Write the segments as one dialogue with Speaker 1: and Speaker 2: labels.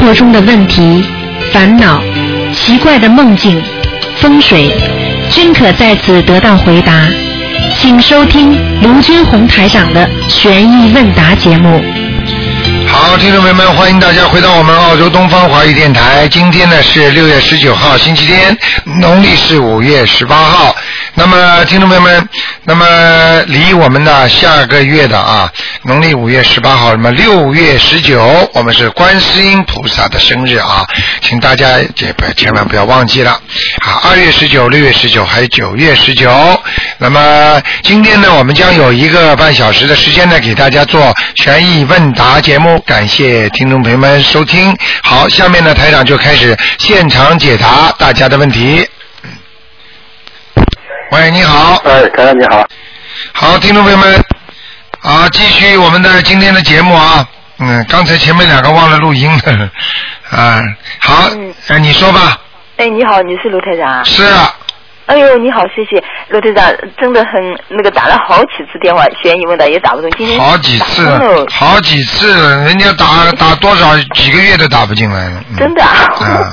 Speaker 1: 活中的问题、烦恼、奇怪的梦境、风水，均可在此得到回答。请收听卢军红台长的《悬疑问答》节目。
Speaker 2: 好，听众朋友们，欢迎大家回到我们澳洲东方华语电台。今天呢是六月十九号，星期天，农历是五月十八号。那么，听众朋友们，那么离我们的下个月的啊，农历五月十八号，那么六月十九，我们是观世音菩萨的生日啊，请大家也不千万不要忘记了啊。二月十九、六月十九还有九月十九，那么今天呢，我们将有一个半小时的时间呢，给大家做悬疑问答节目。感谢听众朋友们收听。好，下面呢，台长就开始现场解答大家的问题。喂，你好。
Speaker 3: 哎，台长你好。
Speaker 2: 好，听众朋友们，啊，继续我们的今天的节目啊。嗯，刚才前面两个忘了录音了。 啊，好，哎，你说吧。
Speaker 4: 哎，你好，你是卢台长啊？
Speaker 2: 是啊。
Speaker 4: 哎呦，你好，谢谢罗队长，真的很那个打了好几次电话，悬疑问答也打不通，今天
Speaker 2: 好几次啊
Speaker 4: 哎
Speaker 2: 了，好几次了，人家打打多少几个月都打不进来了。嗯、
Speaker 4: 真的啊，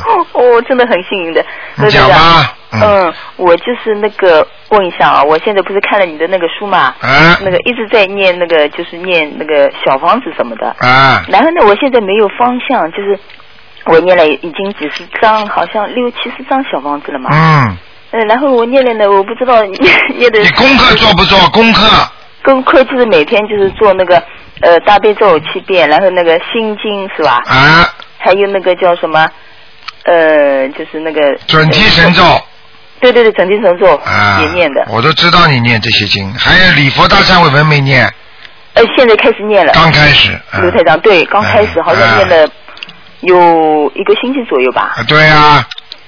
Speaker 4: 哦，真的很幸运的。
Speaker 2: 你讲吧。嗯,
Speaker 4: 嗯，我就是那个问一下啊，我现在不是看了你的那个书嘛，
Speaker 2: 啊、
Speaker 4: 那个一直在念那个就是念那个小房子什么的，
Speaker 2: 啊、
Speaker 4: 然后呢，我现在没有方向，就是我念了已经几十张，好像六七十张小房子了嘛。
Speaker 2: 嗯。
Speaker 4: 嗯，然后我念了呢，我不知道 念的。
Speaker 2: 你功课做不做？功课？
Speaker 4: 功课就是每天就是做那个呃大悲咒七遍，然后那个心经是吧？
Speaker 2: 啊。
Speaker 4: 还有那个叫什么？呃，就是那个。呃
Speaker 2: 准提神咒。
Speaker 4: 对对对，准提神咒也念的。
Speaker 2: 啊我都知道你念这些经，还有礼佛大忏悔文没念。
Speaker 4: 呃，现在开始念了。
Speaker 2: 刚开始。啊
Speaker 4: 刘台长，对，刚开始好像念了有一个星期左右吧。
Speaker 2: 啊，对呀。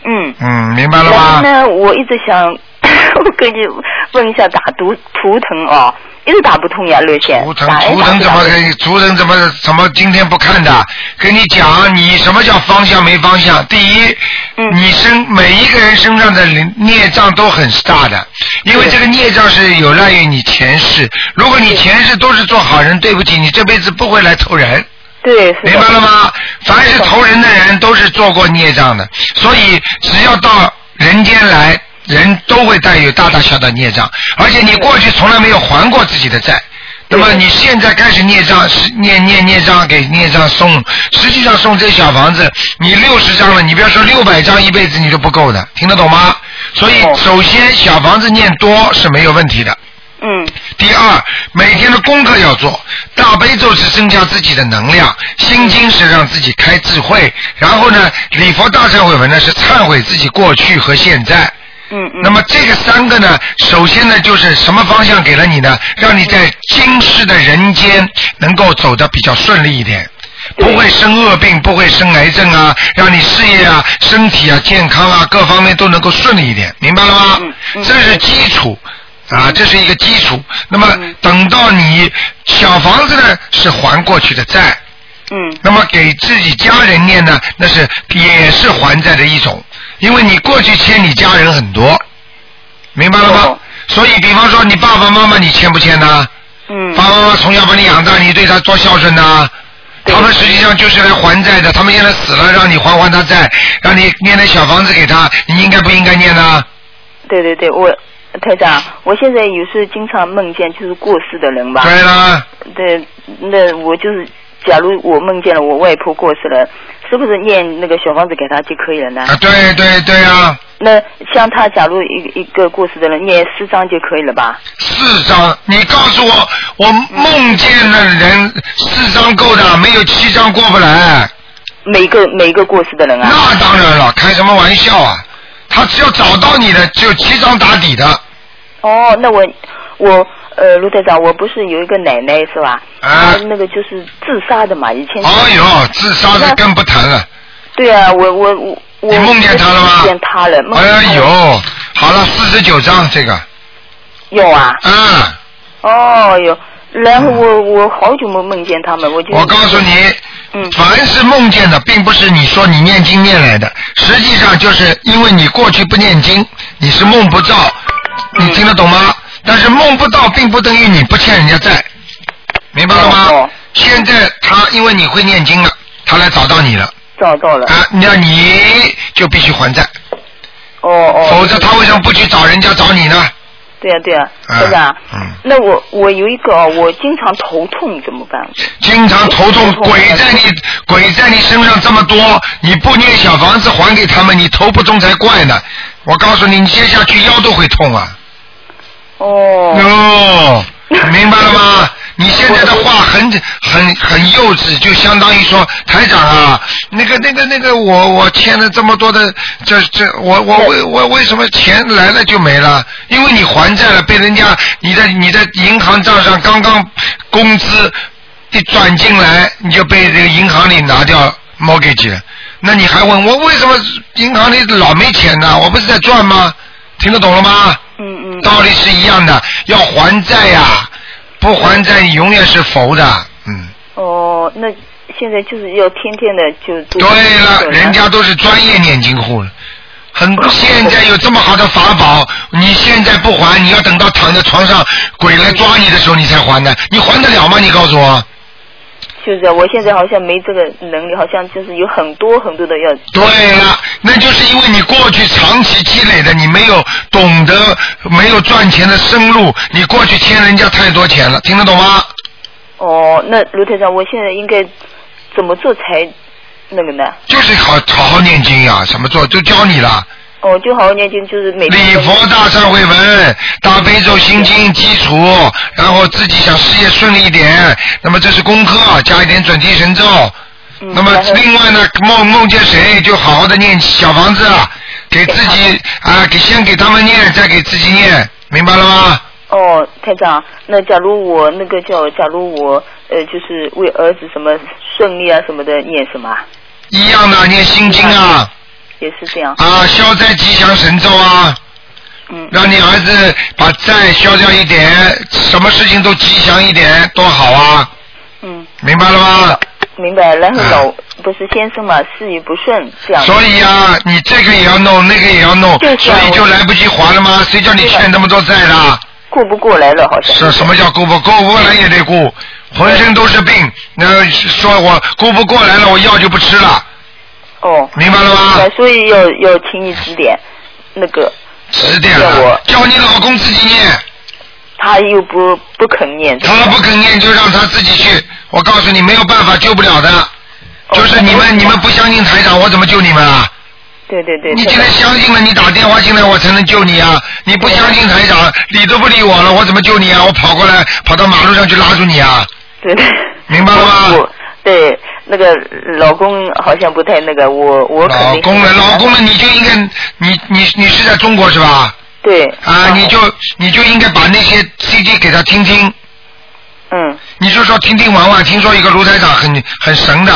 Speaker 4: 嗯
Speaker 2: 嗯，明白了吗？
Speaker 4: 然后呢，我一直想， 我跟你问一下打图图腾哦，一直打不通呀，热线。
Speaker 2: 图腾图腾怎么图腾怎么怎么今天不看的？跟你讲，你什么叫方向没方向？第一，
Speaker 4: 嗯、
Speaker 2: 你身每一个人身上的孽障都很大的，因为这个孽障是有赖于你前世。如果你前世都是做好人，对不起，你这辈子不会来投人。
Speaker 4: 对，
Speaker 2: 明白了吗？凡是投人的人都是做过孽障的，所以只要到人间来，人都会带有大大小小的孽障，而且你过去从来没有还过自己的债。那么你现在开始孽障，念念孽障给孽障送，实际上送这小房子，你六十张了，你不要说六百张一辈子你都不够的，听得懂吗？所以首先小房子念多是没有问题的。
Speaker 4: 嗯。
Speaker 2: 第二，每天的功课要做，大悲咒是增加自己的能量，心经是让自己开智慧，然后呢，礼佛大忏悔文呢是忏悔自己过去和现在。
Speaker 4: 嗯嗯。
Speaker 2: 那么这个三个呢，首先呢就是什么方向给了你呢？让你在今世的人间能够走得比较顺利一点。不会生恶病，不会生癌症啊，让你事业啊、身体啊、健康啊各方面都能够顺利一点，明白了吗？
Speaker 4: 嗯嗯、
Speaker 2: 这是基础。啊，这是一个基础。那么
Speaker 4: 嗯
Speaker 2: 等到你小房子呢，是还过去的债。
Speaker 4: 嗯。
Speaker 2: 那么给自己家人念呢，那是也是还债的一种，因为你过去欠你家人很多，明白了吗？
Speaker 4: 哦、
Speaker 2: 所以，比方说你爸爸妈妈，你欠不欠呢？
Speaker 4: 嗯。
Speaker 2: 爸爸妈妈从小把你养大，你对他多孝顺呐。他们实际上就是来还债的，他们现在死了，让你还还他债，让你念点小房子给他，你应该不应该念呢？
Speaker 4: 对对对，我。台长，我现在有时候经常梦见就是过世的人吧。
Speaker 2: 对啦。
Speaker 4: 对，那我就是，假如我梦见了我外婆过世了，是不是念那个小房子给她就可以了呢？
Speaker 2: 啊，对对对啊。
Speaker 4: 那像他，假如一一个过世的人念四张就可以了吧？
Speaker 2: 四张，你告诉我，我梦见的人四张够的，没有七张过不来。
Speaker 4: 每个每个过世的人啊。
Speaker 2: 那当然了，开什么玩笑啊！他只要找到你的，只有七张打底的。
Speaker 4: 哦，那我我呃，卢队长，我不是有一个奶奶是吧？
Speaker 2: 啊。
Speaker 4: 那个就是自杀的嘛，以前。
Speaker 2: 哎呦，自杀的更不谈了。
Speaker 4: 对啊，我我我。
Speaker 2: 你梦见他了吗？
Speaker 4: 梦见他了。梦见他了
Speaker 2: 哎呦，好了，四十九张这个。
Speaker 4: 有啊。
Speaker 2: 嗯。
Speaker 4: 哦哟，然后我我好久没梦见他们，我就。
Speaker 2: 我告诉你。
Speaker 4: 嗯。
Speaker 2: 凡是梦见的，并不是你说你念经念来的，实际上就是因为你过去不念经，你是梦不到，你听得懂吗？但是梦不到，并不等于你不欠人家债，明白了吗？
Speaker 4: 哦
Speaker 2: 现在他因为你会念经了，他来找到你了。
Speaker 4: 找到了。
Speaker 2: 啊，那你就必须还债，
Speaker 4: 哦哦。
Speaker 2: 否则他为什么不去找人家找你呢？
Speaker 4: 对呀、对呀、
Speaker 2: 啊
Speaker 4: 台长。
Speaker 2: 嗯
Speaker 4: 那我我有一个哦，我经常头痛怎么办？
Speaker 2: 经常头痛，鬼在你鬼在你身上这么多，你不念小房子还给他们，你头不痛才怪呢。我告诉你，你接下去腰都会痛啊。
Speaker 4: 哦。
Speaker 2: 哦，明白了吗？你现在的话很很很幼稚，就相当于说台长啊，那个那个那个，我我欠了这么多的，这这我我为我为什么钱来了就没了？因为你还债了，被人家你的你的银行账上刚刚工资一转进来，你就被这个银行里拿掉 mortgage 了。那你还问我为什么银行里老没钱呢？我不是在赚吗？听得懂了吗？
Speaker 4: 嗯嗯。
Speaker 2: 道理是一样的，要还债呀、不还债你永远是佛的。嗯，
Speaker 4: 哦，那现在就是要天天的就做功
Speaker 2: 对
Speaker 4: 课
Speaker 2: 了，人家都是专业念经户了，很现在有这么好的法宝，你现在不还，你要等到躺在床上鬼来抓你的时候你才还的，你还得了吗？你告诉我。
Speaker 4: 就是我现在好像没这个能力，好像就是有很多很多的要
Speaker 2: 对了，那就是因为你过去长期积累的，你没有懂得没有赚钱的生路，你过去欠人家太多钱了，听得懂吗？
Speaker 4: 哦。那卢台长，我现在应该怎么做才那个呢？
Speaker 2: 就是好好好念经呀、什么做都教你了。
Speaker 4: 哦，就好好念经，就是每天
Speaker 2: 礼
Speaker 4: 都
Speaker 2: 佛大忏悔文、大悲咒心经基础，然后自己想事业顺利一点，那么这是功课，加一点准提神咒。
Speaker 4: 嗯
Speaker 2: 那么
Speaker 4: 然后
Speaker 2: 另外呢，梦梦见谁就好好的念小房子，给自己啊，给先给他们念，再给自己念，明白了吗？
Speaker 4: 哦，台长，那假如我那个叫，假如我呃，就是为儿子什么顺利啊什么的，念什么啊？
Speaker 2: 一样的念心经啊
Speaker 4: 也是这样，
Speaker 2: 啊，消灾吉祥神咒啊，
Speaker 4: 嗯，
Speaker 2: 让你儿子把债消掉一点，什么事情都吉祥一点，多好啊！
Speaker 4: 嗯，
Speaker 2: 明白了吗？
Speaker 4: 明白。然后老、
Speaker 2: 啊
Speaker 4: 不是先生嘛，事业不顺这样。
Speaker 2: 所以啊，你这个也要弄，那个也要弄，
Speaker 4: 就是
Speaker 2: 所
Speaker 4: 啊
Speaker 2: 以就来不及还了吗？谁叫你欠那么多债啦？
Speaker 4: 顾不过来了，好像。嗯
Speaker 2: 是什么叫顾不顾不过来也得顾，浑身都是病。那说我顾不过来了，我药就不吃了，
Speaker 4: 哦，
Speaker 2: 明白了吗
Speaker 4: 那？所以要要请你指点，那个
Speaker 2: 指点
Speaker 4: 那
Speaker 2: 了
Speaker 4: 我，
Speaker 2: 叫你老公自己念，
Speaker 4: 他又不不肯念。
Speaker 2: 他不肯念就让他自己去。我告诉你，没有办法救不了的。
Speaker 4: 哦
Speaker 2: 就是你
Speaker 4: 那
Speaker 2: 们
Speaker 4: 我
Speaker 2: 你们不相信台长，我怎么救你们啊？
Speaker 4: 对对对，
Speaker 2: 你
Speaker 4: 台
Speaker 2: 今
Speaker 4: 长
Speaker 2: 天相信了，你打电话进来，我才能救你啊！你不相信台长，理都不理我了，我怎么救你啊？我跑过来，跑到马路上去拉住你啊！
Speaker 4: 对对，
Speaker 2: 明白了吗
Speaker 4: 我对那个老公好像不太那个，我我肯
Speaker 2: 老
Speaker 4: 定
Speaker 2: 公了，
Speaker 4: 是
Speaker 2: 老公了，你就应该，你你你是在中国是吧？
Speaker 4: 对
Speaker 2: 啊，你就你就应该把那些 CD 给他听听，
Speaker 4: 嗯
Speaker 2: 你就说听听玩玩。听说一个卢台长很很神的，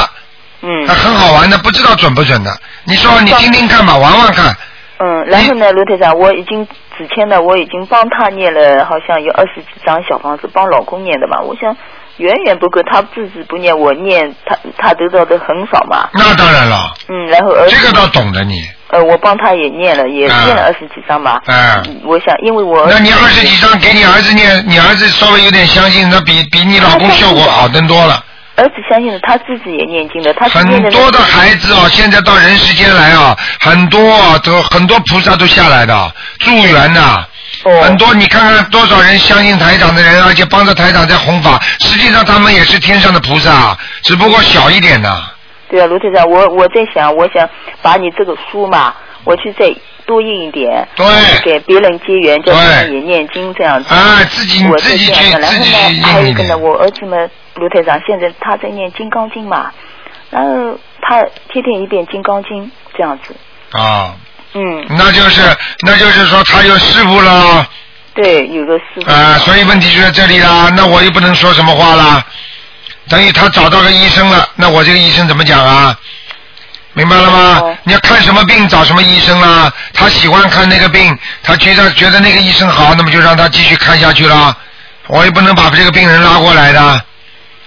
Speaker 4: 嗯
Speaker 2: 啊，很好玩的，不知道准不准的。你说你听听看吧，玩玩看。
Speaker 4: 嗯，然后呢，卢台长，我已经之前呢，我已经帮他念了，好像有二十几张小房子，帮老公念的嘛。我想远远不够，他自己不念，我念，他他得到的很少嘛。
Speaker 2: 那当然了，
Speaker 4: 嗯，然后儿子
Speaker 2: 这个倒懂得你，
Speaker 4: 呃，我帮他也念了，也
Speaker 2: 啊
Speaker 4: 念了二十几张嘛。
Speaker 2: 哎。
Speaker 4: 嗯我想，因为我
Speaker 2: 那你二十几张给你儿子念，你儿子稍微有点相信，那比比你老公效果好得多了。
Speaker 4: 儿子相信了，他自己也念经的，他是
Speaker 2: 很
Speaker 4: 念的那嗯
Speaker 2: 多的孩子啊，现在到人世间来啊，很多啊，都很多菩萨都下来的哦助缘呐、
Speaker 4: 哦
Speaker 2: 很多你看看多少人相信台长的人，而且帮着台长在弘法，实际上他们也是天上的菩萨，只不过小一点呐、
Speaker 4: 对啊，卢队长，我我在想，我想把你这个书嘛，我去再多印一点，
Speaker 2: 对
Speaker 4: 给别人结缘，叫他们
Speaker 2: 对
Speaker 4: 也念经这样子。
Speaker 2: 啊，自己
Speaker 4: 我
Speaker 2: 自
Speaker 4: 是
Speaker 2: 己
Speaker 4: 这
Speaker 2: 去
Speaker 4: 样的，然
Speaker 2: 自
Speaker 4: 后
Speaker 2: 己
Speaker 4: 呢，
Speaker 2: 去
Speaker 4: 还有
Speaker 2: 念一
Speaker 4: 一个呢，
Speaker 2: 念。
Speaker 4: 我儿子嘛，卢台长现在他在念《金刚经》嘛，然后他天天一遍《金刚经》这样子，
Speaker 2: 啊，
Speaker 4: 嗯，
Speaker 2: 那就是那就是说他有师傅了咯。
Speaker 4: 对，有个师傅，
Speaker 2: 啊、所以问题就在这里啦。那我又不能说什么话啦，等于他找到个医生了，那我这个医生怎么讲啊？明白了吗？
Speaker 4: 哦
Speaker 2: 你要看什么病找什么医生啦。他喜欢看那个病，他觉得觉得那个医生好，那么就让他继续看下去啦。我也不能把这个病人拉过来的啊、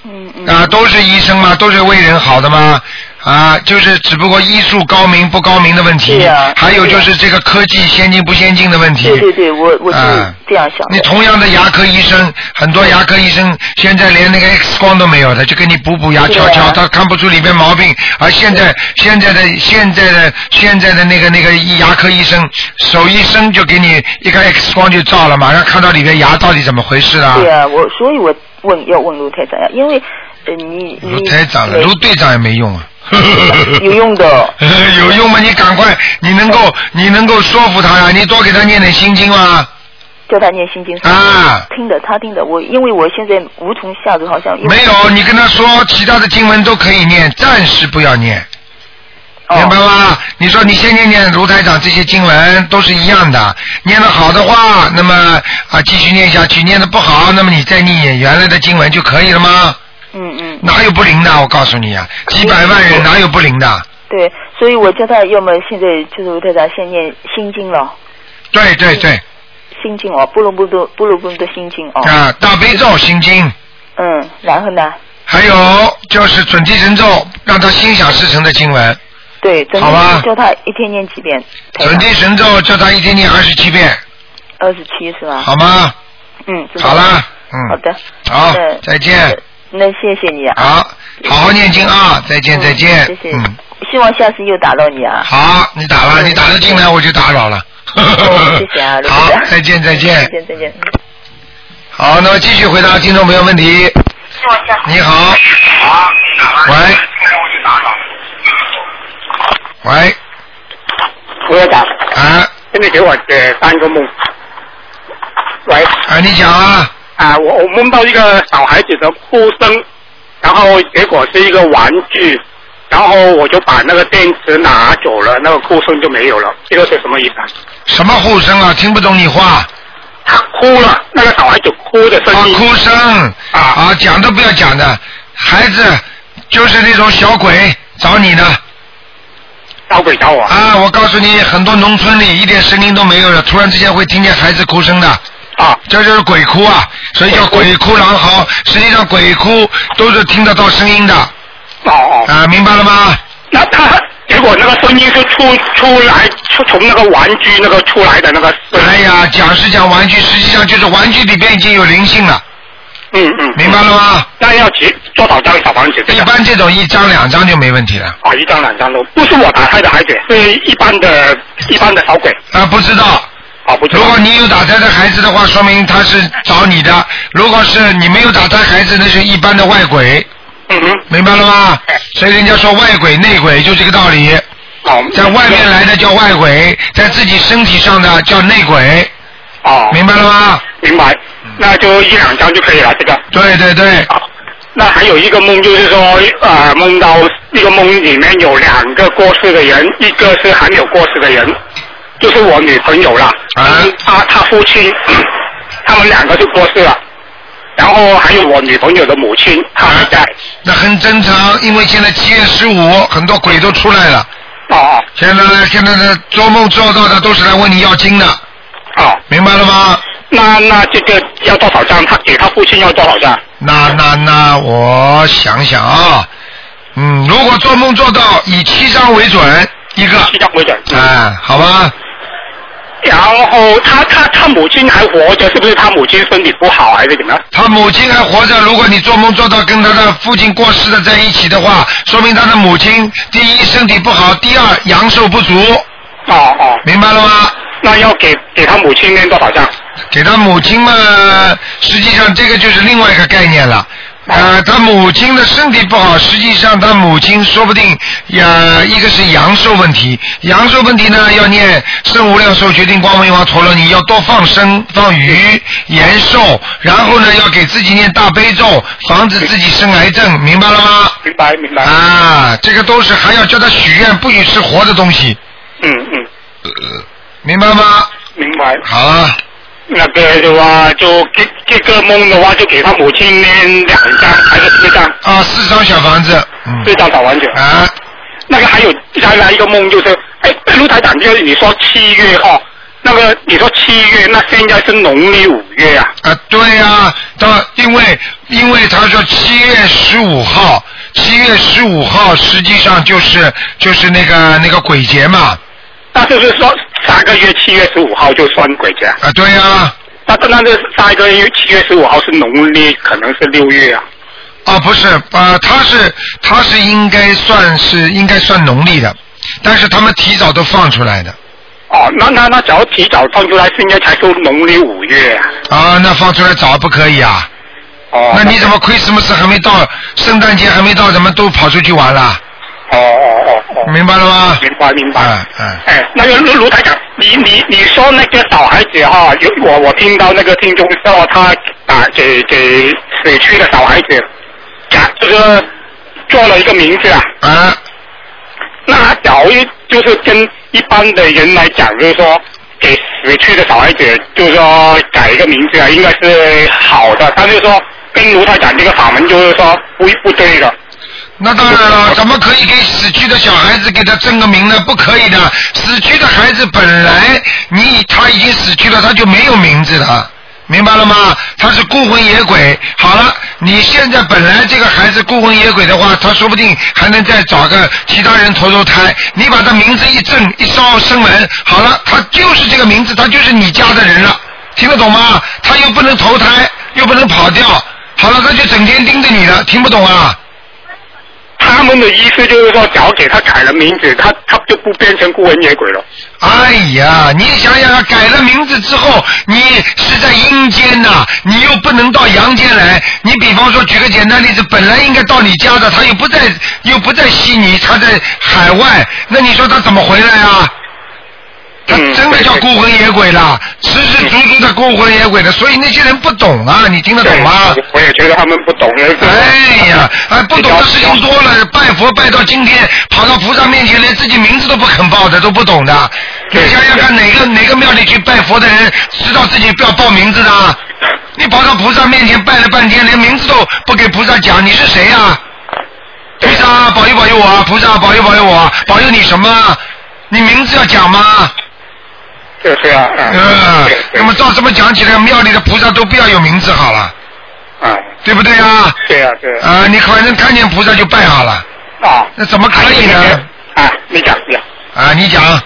Speaker 4: 嗯嗯，
Speaker 2: 都是医生嘛，都是为人好的嘛。啊，就是只不过医术高明不高明的问题，
Speaker 4: 对呀
Speaker 2: 还有就是这个科技先进不先进的问题。
Speaker 4: 对对对，我我就
Speaker 2: 啊
Speaker 4: 这样想的。
Speaker 2: 你同样的牙科医生，很多牙科医生现在连那个 X 光都没有的，就给你补补牙、
Speaker 4: 对
Speaker 2: 敲
Speaker 4: 啊
Speaker 2: 敲，他看不出里面毛病。而现在现在的现在的现在的那个那个医牙科医生，手一伸就给你一个 X 光就照了，马上看到里面牙到底怎么回事了。
Speaker 4: 对啊，我所以我问要问卢台长呀，因为呃你你
Speaker 2: 卢台长了，
Speaker 4: 嗯对
Speaker 2: 卢队长也没用啊。
Speaker 4: 有用的哦。
Speaker 2: 有用吗？你赶快，你能够，你能够说服他呀、啊你多给他念点心经啊吗？
Speaker 4: 叫他念心经。
Speaker 2: 啊
Speaker 4: 听的他听的，我因为我现在无从下手，好像因为
Speaker 2: 没有，你跟他说其他的经文都可以念，暂时不要念，
Speaker 4: 哦
Speaker 2: 明白吗？你说你先念念卢台长这些经文都是一样的，念得好的话，那么啊继续念下去；念得不好，那么你再念原来的经文就可以了吗？
Speaker 4: 嗯嗯，哦
Speaker 2: 哪有不灵的？我告诉你啊，几百万人哪有不灵的？
Speaker 4: 对，所以我叫他要么现在就是卢台长先念心经了，
Speaker 2: 对对对，
Speaker 4: 心经哦，波罗波罗波罗波罗的心经哦，
Speaker 2: 啊，大悲咒心经。
Speaker 4: 嗯，然后呢，
Speaker 2: 还有就是准提神咒，让他心想事成的经文。
Speaker 4: 对，准
Speaker 2: 好吧
Speaker 4: 提叫他一天念几遍，台
Speaker 2: 准
Speaker 4: 长
Speaker 2: 提神咒叫他一天念二十七遍，
Speaker 4: 二十七是吧？
Speaker 2: 好吗？
Speaker 4: 嗯，知道
Speaker 2: 好啦，
Speaker 4: 好
Speaker 2: 嗯，
Speaker 4: 的，
Speaker 2: 好
Speaker 4: 嗯，
Speaker 2: 再见，
Speaker 4: 那谢谢你啊，
Speaker 2: 好，好好念经啊，再见，
Speaker 4: 嗯
Speaker 2: 再见
Speaker 4: 谢，谢
Speaker 2: 嗯，
Speaker 4: 希望下次又打扰你 啊，
Speaker 2: 好，你打了，
Speaker 4: 嗯
Speaker 2: 你打得进来我就打扰了。
Speaker 4: 哦谢谢啊，卢
Speaker 2: 好
Speaker 4: 台长，
Speaker 2: 再见，再
Speaker 4: 再
Speaker 2: 见。
Speaker 4: 见再见。
Speaker 2: 好，那么继续回答听众朋友问题。你好，喂，喂，
Speaker 3: 吴院长，
Speaker 2: 啊，
Speaker 3: 真的给我呃当一个梦。喂，
Speaker 2: 啊，你讲啊。
Speaker 3: 啊，我我梦到一个小孩子的哭声，然后结果是一个玩具，然后我就把那个电池拿走了，那个哭声就没有了。这个是什么意思啊？
Speaker 2: 什么呼声啊？听不懂你话
Speaker 3: 他哭了，那个小孩子哭的
Speaker 2: 啊
Speaker 3: 声！音。
Speaker 2: 哭声
Speaker 3: 啊
Speaker 2: 啊！讲都不要讲的，孩子就是那种小鬼找你的
Speaker 3: 小鬼找我。
Speaker 2: 啊！我告诉你，很多农村里一点声音都没有了，突然之间会听见孩子哭声的，
Speaker 3: 啊
Speaker 2: 这就是鬼哭啊！所以叫鬼哭狼嚎。实际上鬼哭都是听得到声音的
Speaker 3: 哦哦。
Speaker 2: 啊，明白了吗？
Speaker 3: 那他结果那个声音是出出来，出从那个玩具那个出来的那个声
Speaker 2: 哎
Speaker 3: 音。
Speaker 2: 呀，讲是讲玩具，实际上就是玩具里边已经有灵性了，
Speaker 3: 嗯嗯。
Speaker 2: 明白了吗？
Speaker 3: 那要几多少张小房子？这
Speaker 2: 一
Speaker 3: 个
Speaker 2: 般这种一张两张就没问题了
Speaker 3: 啊，一张两张都不是我打胎的孩子，是一般的一般的小鬼。
Speaker 2: 啊，不知道。
Speaker 3: 啊，不知
Speaker 2: 如
Speaker 3: 道
Speaker 2: 果你有打胎的孩子的话，说明他是找你的；如果是你没有打胎孩子，那是一般的外鬼，
Speaker 3: 嗯哼，
Speaker 2: 明白了吗
Speaker 3: 哎？
Speaker 2: 所以人家说外鬼内鬼就这个道理，
Speaker 3: 哦，
Speaker 2: 在外面来的叫外鬼，在自己身体上的叫内鬼，
Speaker 3: 哦，
Speaker 2: 明白了吗？嗯
Speaker 3: 明白，那就一两张就可以了，这个。
Speaker 2: 对对对，
Speaker 3: 好，那还有一个梦就是说，呃，梦到一个梦里面有两个过世的人，一个是还没有过世的人，就是我女朋友啦，
Speaker 2: 啊
Speaker 3: 她她父亲，他们两个就过世了，然后还有我女朋友的母亲，她还在。
Speaker 2: 那很正常，因为现在七月十五，很多鬼都出来了。
Speaker 3: 哦哦
Speaker 2: 现在呢，现在的做梦做到的都是来问你要经的，
Speaker 3: 哦，
Speaker 2: 明白了吗？
Speaker 3: 那那这个要多少张？他给他父亲要多少张？
Speaker 2: 那那那，我想想啊，嗯，如果做梦做到以七张为准一个，
Speaker 3: 七张为准。
Speaker 2: 哎，好吧，
Speaker 3: 然后他他他母亲还活着，是不是他母亲身体不好还是怎么样？
Speaker 2: 他母亲还活着，如果你做梦做到跟他的父亲过世的在一起的话，说明他的母亲第一身体不好，第二阳寿不足，
Speaker 3: 哦哦，
Speaker 2: 明白了吗？
Speaker 3: 那要给给他母亲念多少张？
Speaker 2: 给他母亲嘛，实际上这个就是另外一个概念了。呃，他母亲的身体不好，实际上他母亲说不定，呃，一个是阳寿问题，阳寿问题呢要念圣无量寿决定光明王陀罗尼，要多放生、放鱼、延寿，然后呢要给自己念大悲咒，防止自己生癌症，明白了吗？
Speaker 3: 明白明白。
Speaker 2: 啊，这个都是还要叫他许愿，不许吃活的东西，
Speaker 3: 嗯嗯，
Speaker 2: 呃明白吗？
Speaker 3: 明白。
Speaker 2: 好啊了，
Speaker 3: 那个的话，就这这个梦的话，就给他母亲念两张还是四张？
Speaker 2: 啊，四张小房子，嗯，
Speaker 3: 四张小完整。
Speaker 2: 啊。
Speaker 3: 那个还有再来一个梦，就是哎，卢台长，就是你说七月哈、哦，那个你说七月，那现在是农历五月啊。
Speaker 2: 啊，对呀、啊，到因为因为他说七月十五号七月十五号实际上就是就是那个那个鬼节嘛，
Speaker 3: 那就是说下个月七月十五号就算鬼节，
Speaker 2: 啊，对呀、啊，
Speaker 3: 那那这下一个月七月十五号是农历，可能是六月啊。
Speaker 2: 不是，啊，他是他是应该算是应该算农历的，但是他们提早都放出来的，
Speaker 3: 哦，那那那只要提早放出来，是应该才是农历五月啊。
Speaker 2: 啊，那放出来早不可以啊，
Speaker 3: 哦，
Speaker 2: 那你怎么 Christmas 还没到，圣诞节还没到，怎么都跑出去玩了？
Speaker 3: 哦哦哦哦，
Speaker 2: 明白了吗？
Speaker 3: 明白明白。
Speaker 2: 嗯嗯，
Speaker 3: 哎，那个卢卢台长，你你你说那个小孩子哈、有我我听到那个听众说他打给给死去的小孩子，假这个做了一个名字啊，
Speaker 2: 啊，
Speaker 3: 那小一就是跟一般的人来讲，就是说给死去的小孩子，就是说改一个名字啊，应该是好的，但是说跟卢台长这个法门就是说不不对的。
Speaker 2: 那当然了，怎么可以给死去的小孩子给他正个名呢？不可以的，死去的孩子本来你他已经死去了，他就没有名字的，明白了吗？他是孤魂野鬼。好了，你现在本来这个孩子孤魂野鬼的话，他说不定还能再找个其他人投投胎。你把他名字一正一烧生门，好了，他就是这个名字，他就是你家的人了，听得懂吗？他又不能投胎，又不能跑掉，好了，他就整天盯着你了，听不懂啊？
Speaker 3: 他们的意思就是说，只要给他改了名字，他他就不变成孤魂野鬼了。
Speaker 2: 哎呀，你想想啊，改了名字之后，你是在阴间呐、你又不能到阳间来。你比方说，举个简单例子，本来应该到你家的，他又不在，又不在悉尼，他在海外，那你说他怎么回来啊？他
Speaker 3: 嗯
Speaker 2: 真的叫
Speaker 3: 对对嗯
Speaker 2: 孤魂野鬼了，实实足足的孤魂野鬼的，所以那些人不懂啊，你听得懂吗？
Speaker 3: 对我我也觉得他们不懂。就是说
Speaker 2: 哎呀，哎，不懂的事情多了，拜佛拜到今天，跑到菩萨面前，连自己名字都不肯报的，都不懂的。你
Speaker 3: 对
Speaker 2: 想想看，哪个哪个庙里去拜佛的人，知道自己不要报名字的啊？你跑到菩萨面前拜了半天，连名字都不给菩萨讲，你是谁呀、啊？菩萨保佑保佑我啊，菩萨保佑保佑我啊，保佑你什么啊？你名字要讲吗？
Speaker 3: 就是啊，啊
Speaker 2: 嗯
Speaker 3: 对，对
Speaker 2: 那么照这么讲起来，庙里的菩萨都不要有名字好了，
Speaker 3: 啊，
Speaker 2: 对不对啊？
Speaker 3: 对啊，对啊，
Speaker 2: 啊、你反正看见菩萨就拜好了。
Speaker 3: 啊，
Speaker 2: 那怎么可以
Speaker 3: 还有
Speaker 2: 呢？
Speaker 3: 那个？啊，你讲你讲，
Speaker 2: 啊，你讲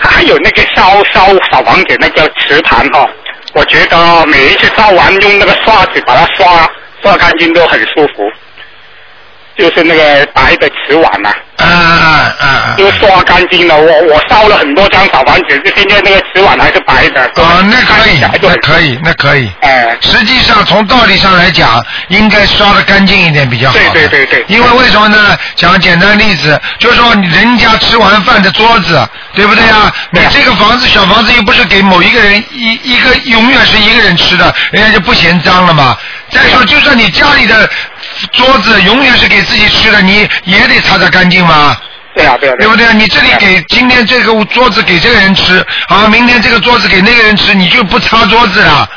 Speaker 3: 还有那个烧烧小房子那个池塘哈、我觉得每一次烧完用那个刷子把它刷刷干净都很舒服，就是那个白的瓷碗呐、
Speaker 2: 啊
Speaker 3: 啊。
Speaker 2: 啊啊啊！
Speaker 3: 就刷干净了。我我烧了很多张小房子，就现在那个瓷碗还是白的。
Speaker 2: 啊，那可以，
Speaker 3: 看起来
Speaker 2: 那
Speaker 3: 就
Speaker 2: 可以，那可以。
Speaker 3: 哎、
Speaker 2: 实际上，从道理上来讲，应该刷的干净一点比较好的。
Speaker 3: 对对对对
Speaker 2: 因为为什么呢？讲简单例子，就是说人家吃完饭的桌子，对不对啊？你
Speaker 3: 对
Speaker 2: 这个房子小房子又不是给某一个人一一个永远是一个人吃的，人家就不嫌脏了嘛。再说，就算你家里的桌子永远是给自己吃的，你也得擦擦干净嘛。
Speaker 3: 对啊对啊。
Speaker 2: 对不对？你这里给今天这个桌子给这个人吃，啊，明天这个桌子给那个人吃，你就不擦桌子了。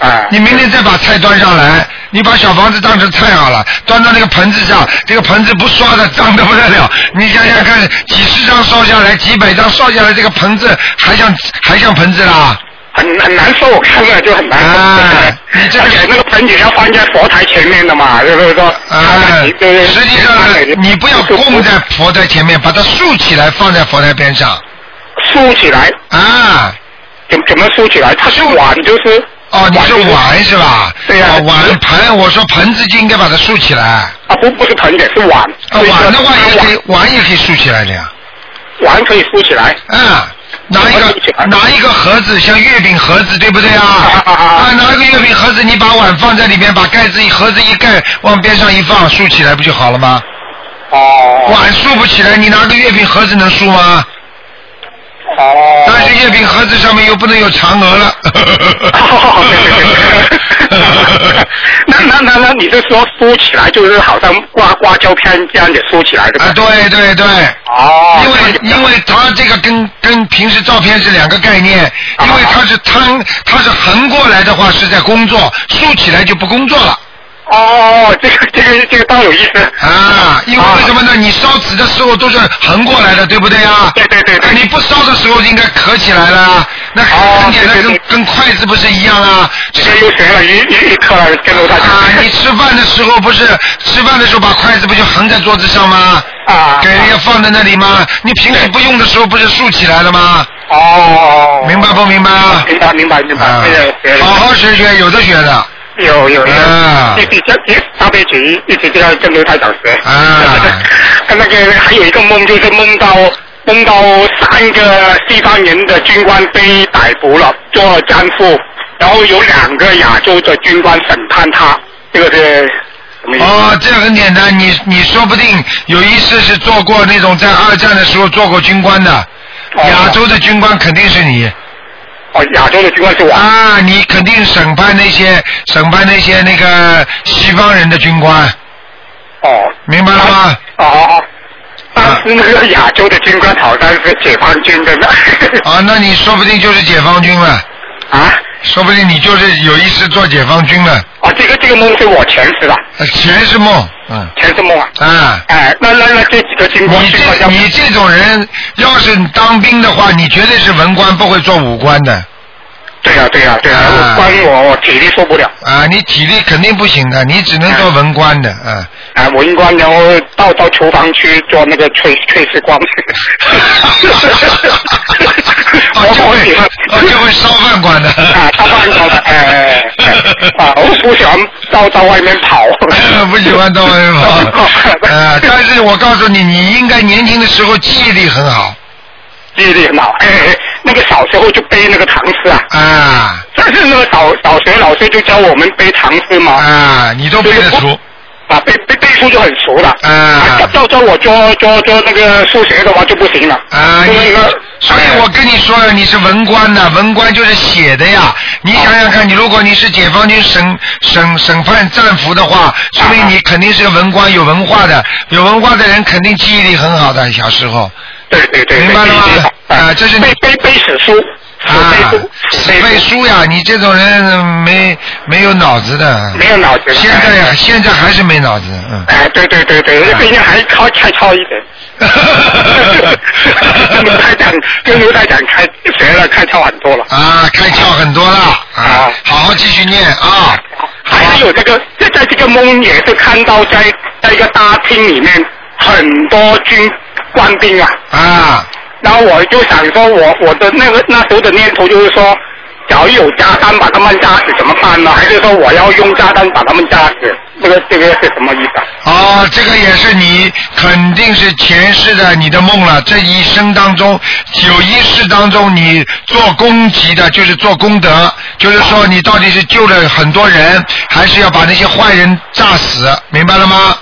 Speaker 3: 哎、
Speaker 2: 你明天再把菜端上来，你把小房子当成菜好了，端到那个盆子上，这个盆子不刷的脏的不得了。你想想看，几十张烧下来，几百张烧下来，这个盆子还像还像盆子啦？
Speaker 3: 很很难受，看了就很难受。
Speaker 2: 哎你这个
Speaker 3: 而且那个盆景要放在佛台前面的嘛，就是说，
Speaker 2: 啊，
Speaker 3: 对对对
Speaker 2: 实际上呢你不要供在佛台前面，把它竖起来放在佛台边上
Speaker 3: 竖起来，
Speaker 2: 啊。
Speaker 3: 怎怎么竖起来？它是碗，就是
Speaker 2: 哦，你是
Speaker 3: 就是
Speaker 2: 碗是吧？
Speaker 3: 对呀
Speaker 2: 哦碗盆，我说盆子就应该把它竖起来。啊，
Speaker 3: 啊，不不是盆景，是碗。所以说
Speaker 2: 碗的话也可以
Speaker 3: 碗，
Speaker 2: 碗也可以竖起来的呀。
Speaker 3: 碗可以竖起来。
Speaker 2: 啊，拿一
Speaker 3: 怎么竖起
Speaker 2: 个
Speaker 3: 来
Speaker 2: 拿一个盒子，像月饼盒子，对不对啊
Speaker 3: 啊？啊啊啊
Speaker 2: 拿一个月饼盒子，你把碗放在里面，把盖子一盒子一盖，往边上一放，竖起来不就好了吗？
Speaker 3: 哦
Speaker 2: 碗竖不起来，你拿个月饼盒子能竖吗？
Speaker 3: 哦。
Speaker 2: 但是月饼盒子上面又不能有嫦娥 了。
Speaker 3: 哦，对对对 那那那那，你是说梳起来就是好像挂挂胶片这样子梳起来的吧？
Speaker 2: 啊，对对对。
Speaker 3: 哦，
Speaker 2: 因为因为它这个跟跟平时照片是两个概念，
Speaker 3: 啊
Speaker 2: 因为它是摊，它是横过来的话是在工作，竖起来就不工作了。
Speaker 3: 哦，这个这个这个倒有意思。
Speaker 2: 啊，因为为什么呢？你烧纸的时候都是横过来的，对不对啊？
Speaker 3: 对对对对
Speaker 2: 那你不烧的时候应该合起来了啊，那
Speaker 3: 哦
Speaker 2: 很简单，
Speaker 3: 对对
Speaker 2: 跟
Speaker 3: 对
Speaker 2: 跟筷子不是一样啊？
Speaker 3: 这个又学了一一一课了，跟卢台长。
Speaker 2: 啊，你吃饭的时候不是吃饭的时候把筷子不就横在桌子上吗？
Speaker 3: 啊
Speaker 2: 给人家放在那里吗？你平时
Speaker 3: 对
Speaker 2: 不用的时候不是竖起来了吗？
Speaker 3: 哦，
Speaker 2: 明白不明白啊？
Speaker 3: 明白明白明白，
Speaker 2: 啊
Speaker 3: 这个学，
Speaker 2: 好
Speaker 3: 了
Speaker 2: 好学学，有的学的。
Speaker 3: 有有
Speaker 2: 啊
Speaker 3: 有，一起这一大悲曲一直这样跟卢台长学。
Speaker 2: 啊
Speaker 3: 那个还有一个梦，就是梦到梦到三个西方人的军官被逮捕了，做战俘，然后有两个亚洲的军官审判他，这个是什么意思？
Speaker 2: 哦，这很简单，你你说不定有一次是做过那种在二战的时候做过军官的，
Speaker 3: 哦
Speaker 2: 亚洲的军官肯定是你
Speaker 3: 哦，亚洲的军官是我。
Speaker 2: 啊，你肯定审判那些审判那些那个西方人的军官，
Speaker 3: 哦，
Speaker 2: 明白了吗？
Speaker 3: 哦哦哦，当时那个亚洲的军官好像是解放军的呢。
Speaker 2: 啊，那你说不定就是解放军了，
Speaker 3: 啊，
Speaker 2: 说不定你就是有一次做解放军了，
Speaker 3: 哦，这个这个梦是我前世的，
Speaker 2: 呃全是梦，嗯
Speaker 3: 前世梦啊。
Speaker 2: 啊。
Speaker 3: 哎，那那那这几个军官
Speaker 2: 你
Speaker 3: 军官
Speaker 2: 这
Speaker 3: 要
Speaker 2: 你这种人，要是当兵的话，你绝对是文官，不会做武官的。
Speaker 3: 对呀、对呀、对呀、
Speaker 2: 啊
Speaker 3: 我关于我我体力受不了，
Speaker 2: 啊，你体力肯定不行的，你只能做文官的啊。
Speaker 3: 哎，文官然后到到厨房去做那个炊炊事 官。
Speaker 2: 哦，就
Speaker 3: 我我喜
Speaker 2: 会
Speaker 3: 欢
Speaker 2: 哦就会烧饭馆的。
Speaker 3: 啊，到饭馆哎哎哎 啊，我不喜欢到到外面跑。
Speaker 2: 不喜欢当文跑，呃，但是我告诉你，你应该年轻的时候记忆力很好
Speaker 3: 记忆力很好，哎哎，那个小时候就背那个唐诗啊，
Speaker 2: 啊
Speaker 3: 但是那个小小学老师就教我们背唐诗嘛，
Speaker 2: 啊，你都背得出
Speaker 3: 啊背背背书就很熟了。
Speaker 2: 啊
Speaker 3: 啊，教教我做做做那个数学的话就不行了。
Speaker 2: 啊，
Speaker 3: 就
Speaker 2: 你
Speaker 3: 那个，
Speaker 2: 所以我跟你说了，你是文官
Speaker 3: 哎
Speaker 2: 呐，文官就是写的呀。你想想
Speaker 3: 哦
Speaker 2: 看，你如果你是解放军审审审判战俘的
Speaker 3: 啊
Speaker 2: 话，说明你肯定是个文官，有文化的，有文化的人肯定记忆力很好的，小时候
Speaker 3: 对对对，对
Speaker 2: 明白了吗
Speaker 3: 对对对
Speaker 2: 啊这是你
Speaker 3: 背背背史书，
Speaker 2: 啊
Speaker 3: 死背书，，
Speaker 2: 死背书呀，你这种人嗯没没有脑子的，
Speaker 3: 没有脑子的。
Speaker 2: 现在呀，现在还是没脑子，嗯。
Speaker 3: 哎，对对对对，
Speaker 2: 啊
Speaker 3: 毕竟还靠开超一 点。跟刘台长跟刘台长开学呃了，开窍很多了。
Speaker 2: 啊，开窍很多了啊
Speaker 3: 好，
Speaker 2: 好好继续念啊。
Speaker 3: 还有这个，这在这个梦也是看到在在一个大厅里面很多军官兵啊，
Speaker 2: 啊，
Speaker 3: 然后我就想说我我的那个那时候的念头就是说，假如有炸弹把他们炸死怎么办呢？还是说我要用炸弹把他们炸死？这个这个是什么意思啊？
Speaker 2: 哦，这个也是你肯定是前世的你的梦了。这一生当中，有一世当中你做功绩的，就是做功德，就是说你到底是救了很多人，还是要把那些坏人炸死，明白了吗？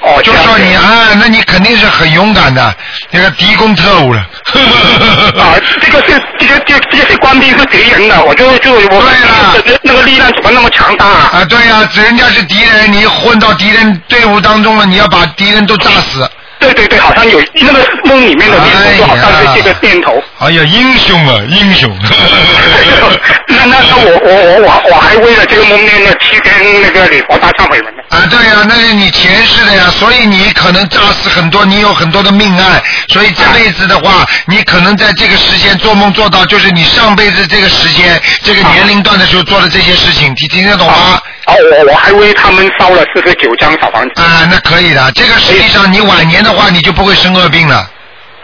Speaker 3: 哦，
Speaker 2: 就
Speaker 3: 这
Speaker 2: 是
Speaker 3: 样
Speaker 2: 说你
Speaker 3: 子
Speaker 2: 啊，那你肯定是很勇敢的，那个敌公特务了。
Speaker 3: 啊，这个是这个这个这个是官兵是敌人的，我就就我
Speaker 2: 对了
Speaker 3: 这个那个力量怎么那么强大啊？
Speaker 2: 啊，对呀、人家是敌人，你混到敌人队伍当中了，你要把敌人都炸死。
Speaker 3: 对对对，好像有那个梦里面的念头，就好像是这个念头。
Speaker 2: 哎呀，英雄啊，英雄！
Speaker 3: 那那那我我我我我还为了这个梦念了七天那个礼佛大忏悔文呢。
Speaker 2: 啊，对呀、那是你前世的呀，所以你可能炸死很多，你有很多的命案，所以这辈子的话，你可能在这个时间做梦做到，就是你上辈子这个时间、这个年龄段的时候做的这些事情，你听得懂吗？
Speaker 3: 啊，我我还为他们烧了四十九张小房子。
Speaker 2: 啊，那可以的，这个实际上你晚年的话，你就不会生恶病了。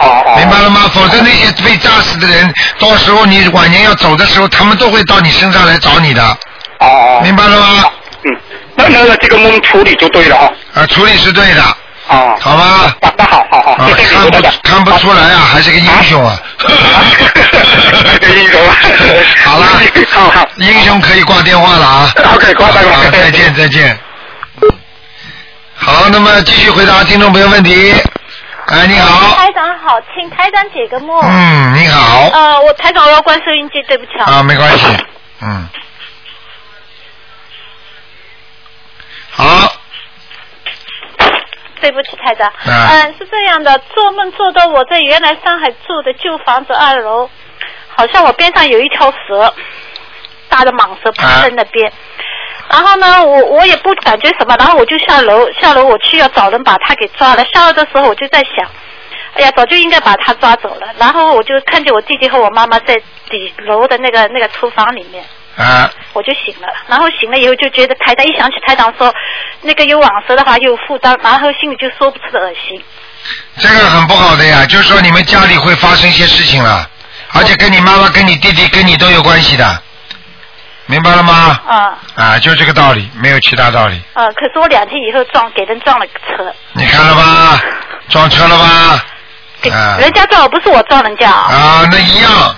Speaker 3: 哦哦。嗯
Speaker 2: 明白了吗？否则那些被炸死的人，到时候你晚年要走的时候，他们都会到你身上来找你的，
Speaker 3: 哦哦。
Speaker 2: 明白了吗？
Speaker 3: 嗯，那那个这个梦处理就对了哦。
Speaker 2: 啊，处理是对的，
Speaker 3: 哦。
Speaker 2: 好吗？
Speaker 3: 啊，那好好好，
Speaker 2: 啊
Speaker 3: 谢，谢
Speaker 2: 看
Speaker 3: 你，
Speaker 2: 不
Speaker 3: 台长。
Speaker 2: 看不出来啊，还是个英雄啊！
Speaker 3: 个英雄啊
Speaker 2: 好了，
Speaker 3: 好好
Speaker 2: 英雄可以挂电话了啊。
Speaker 3: OK，挂挂挂
Speaker 2: 好再见再见。好，那么继续回答听众朋友问题。哎，你好，
Speaker 5: 台长好，请台长解个梦。
Speaker 2: 嗯，你好，
Speaker 5: 呃，我台长我要关收音机，对不起啊。
Speaker 2: 啊，没关系，嗯。好，
Speaker 5: 对不起，台长。
Speaker 2: 嗯
Speaker 5: 嗯，是这样的，做梦做到我在原来上海住的旧房子二楼，
Speaker 2: 啊
Speaker 5: 好像我边上有一条蛇，大的蟒蛇爬在那边。然后呢，我我也不感觉什么，然后我就下楼，下楼我去要找人把他给抓了。下楼的时候我就在想，哎呀，早就应该把他抓走了。然后我就看见我弟弟和我妈妈在底楼的那个那个厨房里面，
Speaker 2: 啊，
Speaker 5: 我就醒了。然后醒了以后就觉得台长一想起台长说，那个有网蛇的话又有负担，然后心里就说不出的恶心。
Speaker 2: 这个很不好的呀，就是说你们家里会发生一些事情了，而且跟你妈妈、跟你弟弟、跟你都有关系的，明白了吗？
Speaker 5: 啊
Speaker 2: 啊，就这个道理，没有其他道理。
Speaker 5: 啊！可是我两天以后撞给人撞了个车，
Speaker 2: 你看了吧？撞车了吧？
Speaker 5: 给
Speaker 2: 啊
Speaker 5: 人家撞我不是我撞人家啊，
Speaker 2: 啊，那一样，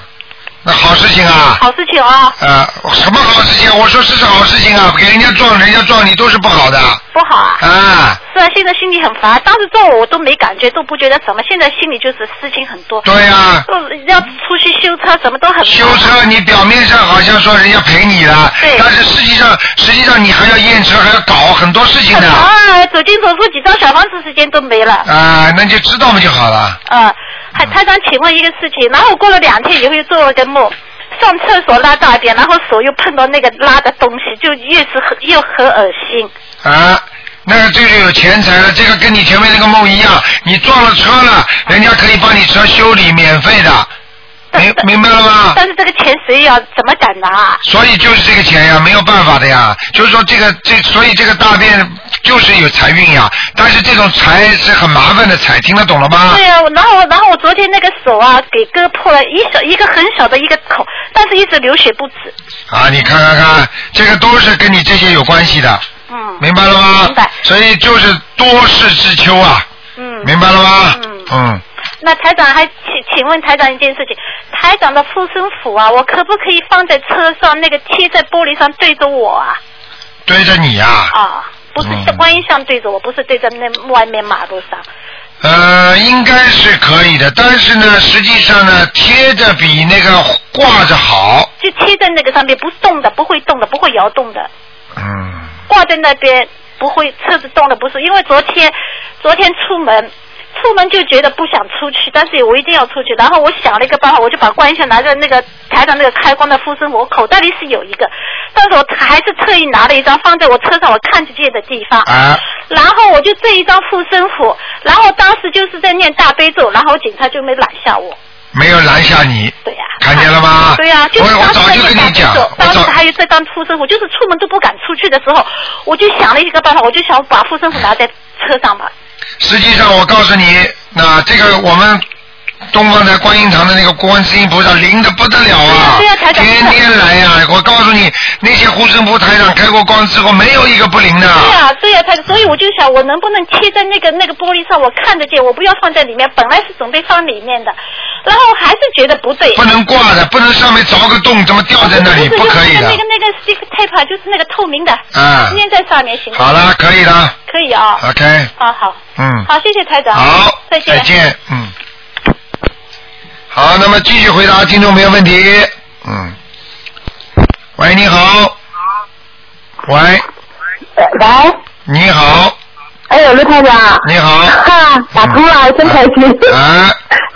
Speaker 2: 那好事情啊。
Speaker 5: 好事情啊，
Speaker 2: 啊，什么好事情？我说这是好事情啊，给人家撞，人家撞你都是不好的
Speaker 5: 不好啊。
Speaker 2: 啊。
Speaker 5: 是啊，现在心里很烦。当时做我我都没感觉，都不觉得什么，现在心里就是事情很多。
Speaker 2: 对啊呀、
Speaker 5: 呃要出去修车，什么都很烦
Speaker 2: 修车你表面上好像说人家赔你了
Speaker 5: 对，
Speaker 2: 但是实际上实际上你还要验车，还要搞很多事情
Speaker 5: 很
Speaker 2: 的
Speaker 5: 啊，走进走出几张小房子时间都没了。
Speaker 2: 啊，那就知道嘛就好了。
Speaker 5: 啊，
Speaker 2: 嗯
Speaker 5: 还他想请问一个事情，然后过了两天以后又做了个梦，上厕所拉大便，然后手又碰到那个拉的东西，就越是很又很恶心。
Speaker 2: 啊，那个这就有钱财了，这个跟你前面那个梦一样，你撞了车了，人家可以帮你车修理，免费的，
Speaker 5: 但
Speaker 2: 明明白了吗？
Speaker 5: 但是这个钱谁要怎么敢拿啊？
Speaker 2: 所以就是这个钱呀，没有办法的呀。就是说这个这，所以这个大便就是有财运呀，但是这种财是很麻烦的财，听得懂了吗
Speaker 5: 对？呀、我然后然后我昨天那个手啊给割破了一小一个很小的一个口，但是一直流血不止。
Speaker 2: 啊，你看看看，这个都是跟你这些有关系的，
Speaker 5: 嗯
Speaker 2: 明白了吗？
Speaker 5: 明白
Speaker 2: 所以就是多事之秋啊，
Speaker 5: 嗯，
Speaker 2: 明白了吗？
Speaker 5: 嗯
Speaker 2: 嗯，
Speaker 5: 那台长还请请问台长一件事情，台长的护身符啊，我可不可以放在车上，那个贴在玻璃上对着我啊？
Speaker 2: 对着你呀、
Speaker 5: 啊，不是
Speaker 2: 嗯
Speaker 5: 观音像对着我，不是对着那外面马路上。
Speaker 2: 呃，应该是可以的，但是呢，实际上呢，贴着比那个挂着好。
Speaker 5: 就贴在那个上面，不动的，不会动的，不会摇动的，
Speaker 2: 嗯，
Speaker 5: 挂在那边不会车子动的，不是。因为昨天昨天出门，出门就觉得不想出去，但是我一定要出去。然后我想了一个办法，我就把观音像拿着那个台上那个开光的护身符，我口袋里是有一个，但是我还是特意拿了一张放在我车上我看得见的地方。
Speaker 2: 啊，
Speaker 5: 然后我就这一张护身符，然后当时就是在念大悲咒，然后警察就没拦下我。
Speaker 2: 没有拦下你，
Speaker 5: 对呀、
Speaker 2: 看见了吗？
Speaker 5: 对呀、就是
Speaker 2: 我我早
Speaker 5: 当时
Speaker 2: 就跟你讲，我
Speaker 5: 当时
Speaker 2: 早
Speaker 5: 还有这张护身符，就是出门都不敢出去的时候，我就想了一个办法，我就想把护身符拿在车上吧。
Speaker 2: 实际上我告诉你，那这个我们东方台观音堂的那个观世音菩萨灵的不得了啊，
Speaker 5: 对呀台长
Speaker 2: 天天来呀、我告诉你，那些护身符台长开过光之后，没有一个不灵的。
Speaker 5: 对呀、对呀、他所以我就想，我能不能贴在那个那个玻璃上，我看得见，我不要放在里面。本来是准备放里面的，然后还是觉得不对。
Speaker 2: 不能挂的，不能上面凿个洞，怎么掉在那里？
Speaker 5: 不是
Speaker 2: 可以
Speaker 5: 就是
Speaker 2: 的
Speaker 5: 那个。那个那个 stick tape 啊就是那个透明的，
Speaker 2: 啊
Speaker 5: 粘在上面行吗？
Speaker 2: 好了，可以了
Speaker 5: 可以啊、
Speaker 2: ，OK，
Speaker 5: 啊好，
Speaker 2: 嗯，
Speaker 5: 好，谢谢台长，
Speaker 2: 好，
Speaker 5: 再见，
Speaker 2: 嗯。好，那么继续回答听众朋友问题，嗯。喂，你好。喂，
Speaker 6: 呃喂，
Speaker 2: 你好，
Speaker 6: 哎呦，卢台长，
Speaker 2: 你好。嗯
Speaker 6: 哈，打通了，真开心。
Speaker 2: 啊，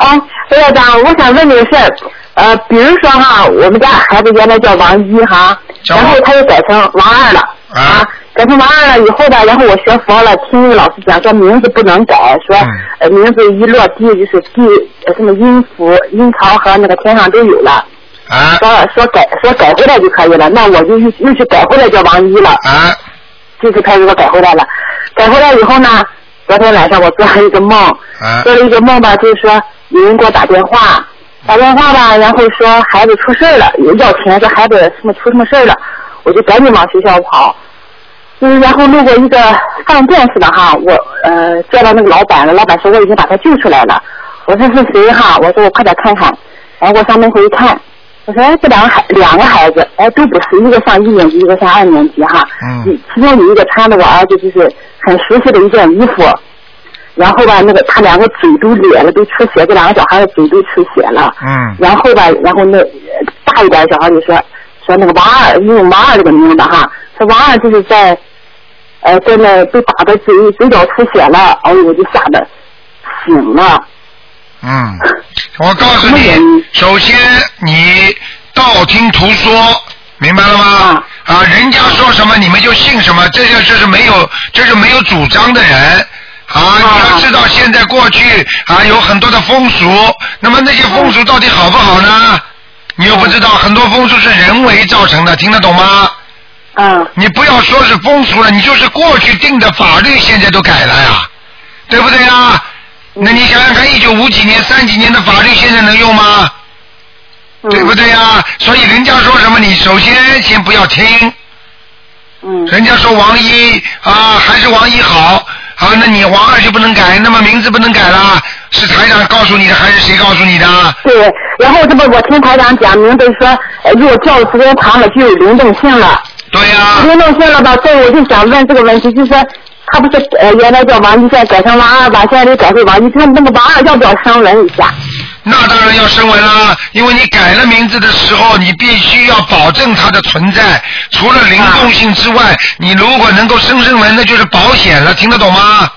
Speaker 6: 哎，卢台长，我想问你个事儿，呃，比如说哈，我们家孩子原来叫王一哈，
Speaker 2: 叫
Speaker 6: 然后他又改成王二了，
Speaker 2: 啊
Speaker 6: 改成王二了以后吧，然后我学佛了，听老师讲说名字不能改，说、
Speaker 2: 嗯
Speaker 6: 呃名字一落地就是地呃什么音符、音朝和那个天上都有了，
Speaker 2: 啊
Speaker 6: 说说改说改回来就可以了，那我就又又去改回来叫王一了。
Speaker 2: 啊
Speaker 6: 这次开始我改回来了，改回来以后呢，昨天晚上我做了一个梦，
Speaker 2: 啊
Speaker 6: 做了一个梦吧，就是说有人给我打电话，打电话吧，然后说孩子出事儿了，有要钱，说孩子什么出什么事儿了，我就赶紧往学校跑，嗯，然后路过一个饭店似的哈，我呃叫到那个老板了，老板说我已经把他救出来了，我说是谁哈，我说我快点看看，然后我上门口一看。我说，哎，这两个孩两个孩子，哎，都不是，一个上一年级，一个上二年级哈。
Speaker 2: 嗯
Speaker 6: 其中有一个穿的我儿子就是很熟悉的一件衣服，然后吧，那个他两个嘴都裂了，都出血，这两个小孩的嘴都出血了。
Speaker 2: 嗯
Speaker 6: 然后吧，然后那呃大一点的小孩就说说那个王二，因为王二这个名字哈，说王二就是在呃在那被打的嘴嘴角出血了，哎呦我就吓得醒了。
Speaker 2: 嗯，我告诉
Speaker 6: 什么原
Speaker 2: 你
Speaker 6: 因，
Speaker 2: 首先你道听途说，明白了吗
Speaker 6: 啊？
Speaker 2: 啊，人家说什么你们就信什么，这就这是没有这是没有主张的人。啊，你要知道现在过去啊有很多的风俗，那么那些风俗到底好不好呢？你又不知道，很多风俗是人为造成的，听得懂吗？
Speaker 6: 嗯，
Speaker 2: 你不要说是风俗了，你就是过去定的法律，现在都改了呀，对不对呀？那你想想看，一九五几年、三几年的法律现在能用吗？对不对呀？所以人家说什么，你首先先不要听。
Speaker 6: 嗯。
Speaker 2: 人家说王一啊，还是王一好啊，那你王二就不能改，那么名字不能改啦？是台长告诉你的，还是谁告诉你的？
Speaker 6: 对，然后这不我听台长讲，明白说，呃如果叫的时间长了就有灵动性了。
Speaker 2: 对呀、
Speaker 6: 灵动性了吧？所以我就想问这个问题，就是说他不是呃原来叫王一，现在改成王二吧？现在得改成王一，他那个王二要不要声纹一下？
Speaker 2: 那当然要声纹啦，因为你改了名字的时候，你必须要保证它的存在。除了灵动性之外，你如果能够生声纹，那就是保险了，听得懂吗？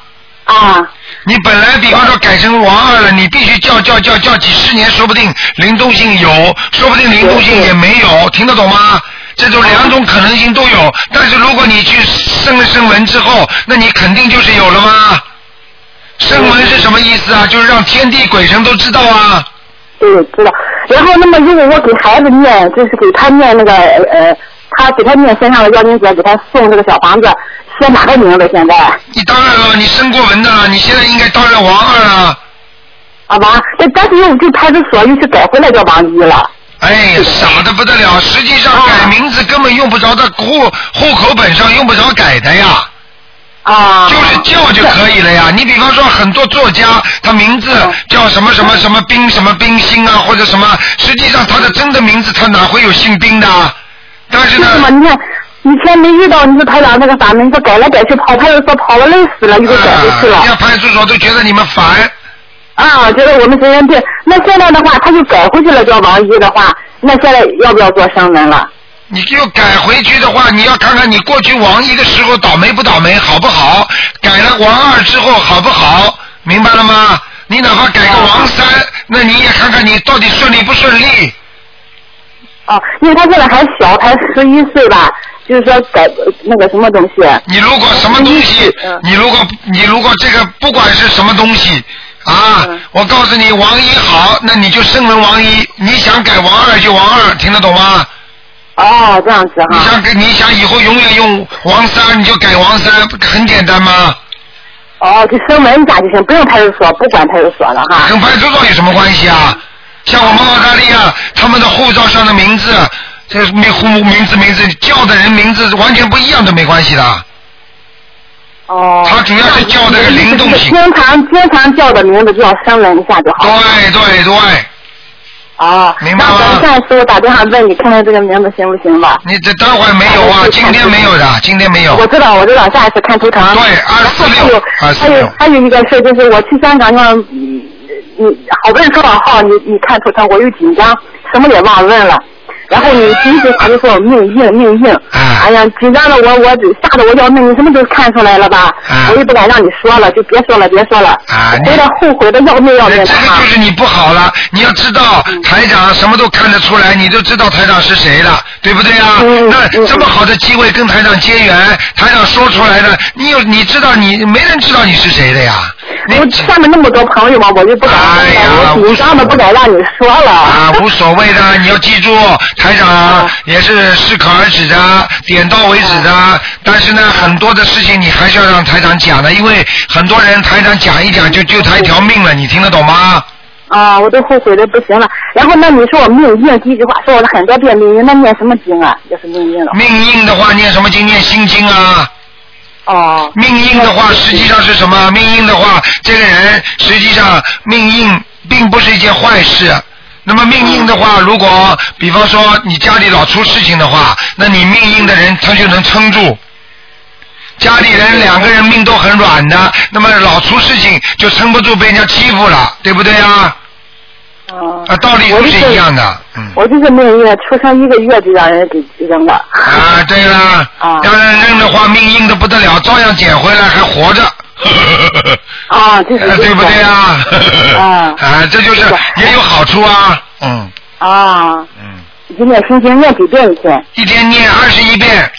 Speaker 6: 啊，
Speaker 2: 你本来比方说改成王二了，你必须叫叫叫叫几十年，说不定灵动性有，说不定灵动性也没有，听得懂吗？这种两种可能性都有，但是如果你去生了声纹之后，那你肯定就是有了吗？声纹是什么意思啊？就是让天地鬼神都知道啊。
Speaker 6: 对，知道。然后那么如果我给孩子念，就是给他念那个呃，他给他念身上的妖精者，给他送这个小房子，写哪个名字现在？
Speaker 2: 你当然了，你生过文的了，你现在应该当然王二了。
Speaker 6: 啊王，这但是又就派出所又去改回来叫王一了。
Speaker 2: 哎呀，傻的不得了！实际上改名字根本用不着在户户口本上用不着改的呀，
Speaker 6: 啊，
Speaker 2: 就是叫就可以了呀。你比方说很多作家，他名字叫什么什么什么冰什么冰心啊，或者什么，实际上他的真的名字他哪会有姓冰的啊？但是
Speaker 6: 就
Speaker 2: 呢，
Speaker 6: 是嘛，你看以前没遇到，你说台长那个法门，说改来改去，跑派出所跑了累死了，又给改回去了
Speaker 2: 人。家派出所都觉得你们烦。
Speaker 6: 啊，我觉得我们责任对。那现在的话，他就改回去了，叫王一的话，那现在要不要做声纹了？
Speaker 2: 你就改回去的话，你要看看你过去王一的时候倒霉不倒霉，好不好？改了王二之后好不好？明白了吗？你哪怕改个王三，那你也看看你到底顺利不顺利。
Speaker 6: 哦，因为他现在还小，才十一岁吧，就是说改那个什么东西。
Speaker 2: 你如果什么东西
Speaker 6: 嗯，
Speaker 2: 你如果你如果这个不管是什么东西啊，
Speaker 6: 嗯
Speaker 2: 我告诉你王一好，那你就升为王一；你想改王二就王二，听得懂吗？
Speaker 6: 哦，这样子
Speaker 2: 你
Speaker 6: 哈。
Speaker 2: 想给你想以后永远用王三，你就改王三，不很简单吗？
Speaker 6: 哦，就声纹一下就行，不用派出所，不管派出所了哈。
Speaker 2: 跟派出所有什么关系啊？像我们澳大利亚，他们的护照上的名字，这名护名字名字叫的人名字完全不一样都没关系的。
Speaker 6: 哦。
Speaker 2: 他主要是叫那个灵动性
Speaker 6: 经常经常叫的名字就要声纹一下就好了。
Speaker 2: 对对对，
Speaker 6: 哦，
Speaker 2: 明白吗
Speaker 6: 那咱下一次我打电话问你，看看这个名字行不行吧？
Speaker 2: 你这待会儿没有啊？今天没有的，今天没有
Speaker 6: 我。知道，我知道，下一次看图腾。
Speaker 2: 对246
Speaker 6: 然后还有还
Speaker 2: 246
Speaker 6: 有还有一个事儿就是，我去香港那儿，嗯你好不容易收到号，你你看图腾，我又紧张，什么也忘问了。然后你第一句话就说我命硬命硬，
Speaker 2: 哎
Speaker 6: 哎呀，紧张的我我吓得我要命，你什么都看出来了吧？
Speaker 2: 哎
Speaker 6: 我又不敢让你说了，就别说了，别说了，
Speaker 2: 啊你
Speaker 6: 有点后悔的要命要
Speaker 2: 这
Speaker 6: 命的
Speaker 2: 这个
Speaker 6: 哈
Speaker 2: 就。是你不好了，你要知道
Speaker 6: 嗯
Speaker 2: 台长什么都看得出来，你就知道台长是谁了，对不对啊？
Speaker 6: 嗯
Speaker 2: 那
Speaker 6: 嗯
Speaker 2: 这么好的机会跟台长结缘，台长说出来的，你有你知道你没人知道你是谁的呀？你
Speaker 6: 我下面那么多朋友嘛，我就不敢
Speaker 2: 哎呀
Speaker 6: 说了，我紧张的不敢让你说了。嗯
Speaker 2: 啊，无所谓的，你要记住，台长也是适可而止的，点到为止
Speaker 6: 嗯
Speaker 2: 的。但是呢，很多的事情你还是要让台长讲的，因为很多人台长讲一讲就救他一条命了，你听得懂吗？
Speaker 6: 啊，我都后悔的不行了。然后那你说我命硬，第一句话说了很多遍命硬，那念什么经啊？也是命硬了。
Speaker 2: 命硬的话念什么经？念心经啊。
Speaker 6: 哦，
Speaker 2: 命硬的话实际上是什么？命硬的话，这个人实际上命硬并不是一件坏事。那么命硬的
Speaker 6: 嗯
Speaker 2: 话，如果比方说你家里老出事情的话，那你命硬的人他就能撑住。家里人两个人命都很软的，那么老出事情就撑不住被人家欺负了，对不对啊？
Speaker 6: 哦
Speaker 2: 啊，道理都是一样的，嗯。
Speaker 6: 我就是命硬，出生一个月就让人给扔了。
Speaker 2: 啊，对啦，
Speaker 6: 啊
Speaker 2: 要是扔的话，命硬的不得了，照样捡回来还活着。
Speaker 6: 啊，就 是
Speaker 2: 呃
Speaker 6: 这
Speaker 2: 对不对
Speaker 6: 种？
Speaker 2: 啊？
Speaker 6: 啊
Speaker 2: 啊，这就是
Speaker 6: 是的
Speaker 2: 也有好处啊。嗯
Speaker 6: 啊，
Speaker 2: 嗯，
Speaker 6: 已经念心经念几遍一天？
Speaker 2: 一天念二十一遍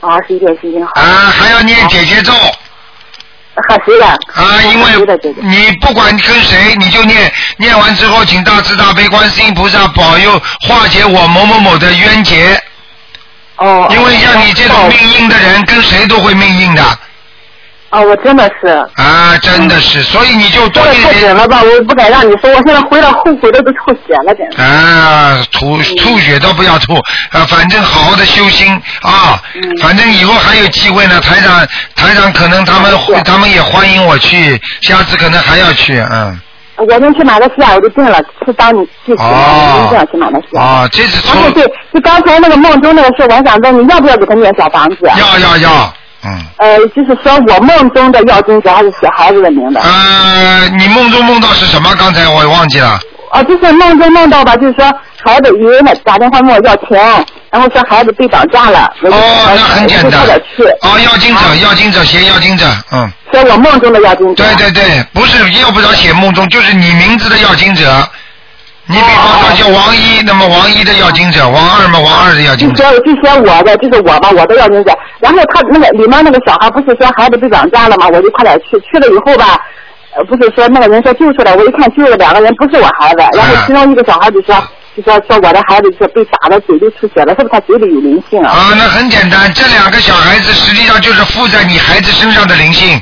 Speaker 6: 二十一遍心经好，
Speaker 2: 啊，还要念姐姐咒
Speaker 6: 好谁的？
Speaker 2: 啊，因
Speaker 6: 好谁的
Speaker 2: 为
Speaker 6: 姐姐？
Speaker 2: 你不管跟谁，你就念，念完之后，请大慈大悲观世音菩萨保佑化解我某某某的冤结，
Speaker 6: 哦，
Speaker 2: 因为像你这种命硬的人，跟谁都会命硬的
Speaker 6: 哦，我真的是，
Speaker 2: 啊，真的是，所以你就
Speaker 6: 这
Speaker 2: 多
Speaker 6: 个太
Speaker 2: 念
Speaker 6: 准
Speaker 2: 点
Speaker 6: 了吧！我不敢让你说，我现在回来后悔的都吐血了，简直。
Speaker 2: 啊，吐吐血都不要吐，啊，反正好好的修心啊，
Speaker 6: 嗯
Speaker 2: 反正以后还有机会呢。台长，台长可能他们会，他们也欢迎我去，下次可能还要去，嗯。
Speaker 6: 我们去马来西亚我就定了，是当你去去
Speaker 2: 哦
Speaker 6: 定了去马来西亚。
Speaker 2: 哦，这次
Speaker 6: 然后
Speaker 2: 出
Speaker 6: 对，就刚才那个梦中那个事，我还想问你要不要给他念小房子？
Speaker 2: 要要要，嗯。
Speaker 6: 呃，就是说我梦中的要经者还是写孩子的名字？
Speaker 2: 呃，你梦中梦到是什么？刚才我也忘记了。
Speaker 6: 哦，就是梦中梦到吧，就是说孩子有人打电话问我要钱，然后说孩子被绑架了，我就哎
Speaker 2: 哦，那很简单
Speaker 6: 我就快点去。。
Speaker 2: 哦，要经者，要经者，写要经者，嗯，
Speaker 6: 说我梦中的要经者。
Speaker 2: 对对对，不是要不着写梦中，就是你名字的要经者。你比方说叫王一，那么王一的要经者，王二嘛，王二的要
Speaker 6: 就
Speaker 2: 经者。
Speaker 6: 说就说我的，就是我吧，我的要经者。然后他那个里面那个小孩不是说孩子被绑架了吗？我就快点去，去了以后吧，呃，不是说那个人说救出来，我一看救了两个人不是我孩子，然后
Speaker 2: 啊
Speaker 6: 其中一个小孩就说就说说我的孩子就是被打的嘴里出血了，是不是他嘴里有灵性啊？
Speaker 2: 啊，那很简单，这两个小孩子实际上就是附在你孩子身上的灵性。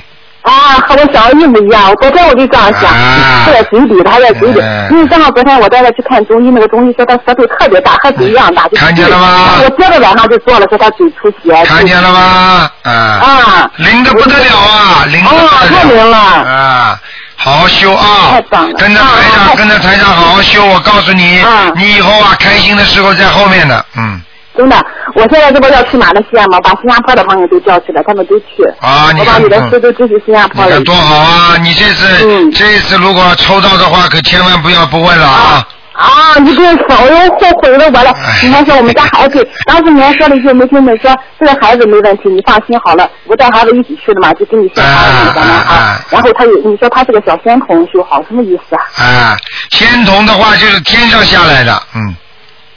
Speaker 6: 啊，和我想的一模一样，我昨天我就这样想，
Speaker 2: 啊
Speaker 6: 他在嘴里，他在嘴里
Speaker 2: 嗯，
Speaker 6: 因为正好昨天我带他去看中医，那个中医说他舌头特别大，和嘴一样大，就是
Speaker 2: 看见了吗
Speaker 6: 我接着晚上就做了，说他嘴出血。
Speaker 2: 看见了吗？啊，
Speaker 6: 啊。
Speaker 2: 灵的不得了啊，灵的
Speaker 6: 哦，
Speaker 2: 不得
Speaker 6: 太
Speaker 2: 了。
Speaker 6: 灵了。
Speaker 2: 啊，好好修啊！
Speaker 6: 太棒了
Speaker 2: 跟着台
Speaker 6: 啊
Speaker 2: 长，
Speaker 6: 啊
Speaker 2: 跟着台长好好修。我告诉你，
Speaker 6: 嗯
Speaker 2: 你以后啊，开心的时候在后面的，嗯。
Speaker 6: 真的，我现在这不要去马来西亚吗？把新加坡的朋友都叫去了，他们都去。
Speaker 2: 啊，你
Speaker 6: 我把
Speaker 2: 看，
Speaker 6: 你的书
Speaker 2: 嗯
Speaker 6: 都支持新加
Speaker 2: 你
Speaker 6: 坡了
Speaker 2: 看。多好啊！你这次、
Speaker 6: 嗯
Speaker 2: 这一次如果抽到的话，可千万不要不问了啊！
Speaker 6: 啊，你这个小又后悔了我了
Speaker 2: 哎。
Speaker 6: 你还说我们家孩子，当时你还说了一句没听懂，说这个孩子没问题，你放心好了，我带孩子一起去的嘛，就跟你说孩子咱们
Speaker 2: 啊啊
Speaker 6: 啊
Speaker 2: 啊。
Speaker 6: 然后他有你说他是个小仙童，修好什么意思啊？
Speaker 2: 啊，仙童的话就是天上下来的，嗯。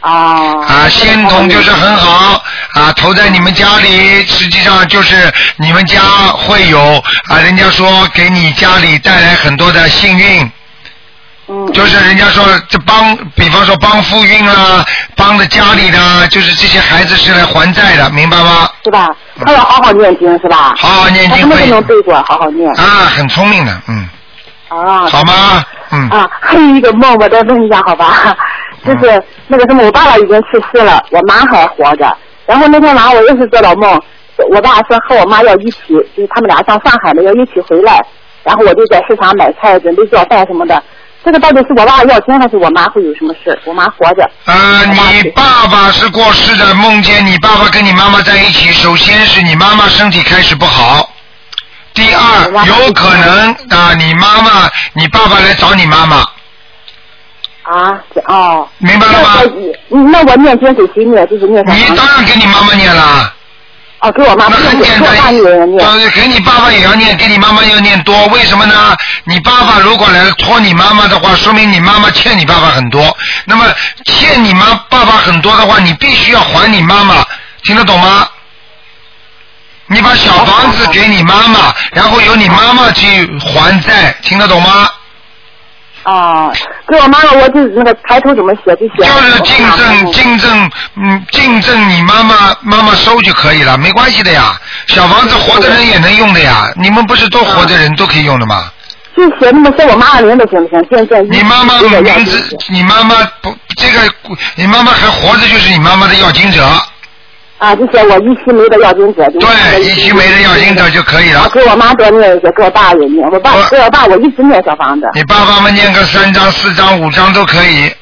Speaker 6: 啊
Speaker 2: 啊，仙童就是很好啊，投在你们家里，实际上就是你们家会有啊，人家说给你家里带来很多的幸运，
Speaker 6: 嗯，
Speaker 2: 就是人家说这帮，比方说帮夫运啦，帮着家里的，就是这些孩子是来还债的，明白吗？
Speaker 6: 是吧？他要好好念经是吧？
Speaker 2: 好好啊念
Speaker 6: 他什
Speaker 2: 经
Speaker 6: 么都
Speaker 2: 会
Speaker 6: 能背过，好好念
Speaker 2: 啊，很聪明的，嗯，
Speaker 6: 啊。
Speaker 2: 好吗？嗯，
Speaker 6: 啊，还有一个梦，我再问一下好吧？就是那个什么，我爸爸已经去世了，我妈还活着。然后那天晚上我又是做到梦，我爸说和我妈要一起，就是他们俩上上海了，要一起回来。然后我就在市场买菜，准备做饭什么的。这个到底是我爸要钱，还是我妈会有什么事？我妈活着。
Speaker 2: 呃，你爸爸是过世的，梦见你爸爸跟你妈妈在一起，首先是你妈妈身体开始不好，第
Speaker 6: 我妈
Speaker 2: 二
Speaker 6: 妈
Speaker 2: 有可能啊，你妈妈，你爸爸来找你妈妈，
Speaker 6: 啊，这哦。
Speaker 2: 明白了
Speaker 6: 那
Speaker 2: 吗
Speaker 6: 我？嗯那我念经给谁念？就是念
Speaker 2: 你
Speaker 6: 什么
Speaker 2: 当？然给你妈妈念了。
Speaker 6: 哦，给我妈，
Speaker 2: 那很
Speaker 6: 给
Speaker 2: 简
Speaker 6: 我
Speaker 2: 单
Speaker 6: 爸，女人念。
Speaker 2: 呃，给你爸爸也要念，给你妈妈要念多，为什么呢？你爸爸如果来托你妈妈的话，说明你妈妈欠你爸爸很多。那么欠你妈爸爸很多的话，你必须要还你妈妈，听得懂吗？你把小房子给你妈妈，然后由你妈妈去还债，听得懂吗？
Speaker 6: 哦，给我妈妈，我就是那个抬头怎么写就写。
Speaker 2: 就是竞争，竞争，嗯，竞争你妈妈妈妈收就可以了，没关系的呀。小房
Speaker 6: 嗯
Speaker 2: 子活的人也能用的呀，你们不是都活的人都可以用的吗？
Speaker 6: 就写那么写我妈的名字行不行？见见
Speaker 2: 你妈妈名字，你妈妈不，这个你妈妈还活着就是你妈妈的要经者，
Speaker 6: 啊，就写我依稀梅的要经者。就是
Speaker 2: 对，一期梅的要经者就可以
Speaker 6: 啊，
Speaker 2: 了。
Speaker 6: 给我妈多念一些，给我爸也念。我爸
Speaker 2: 我
Speaker 6: 给我爸，我一直念小房子。
Speaker 2: 你爸爸们念个三张、四张、五张都可以。
Speaker 7: 啊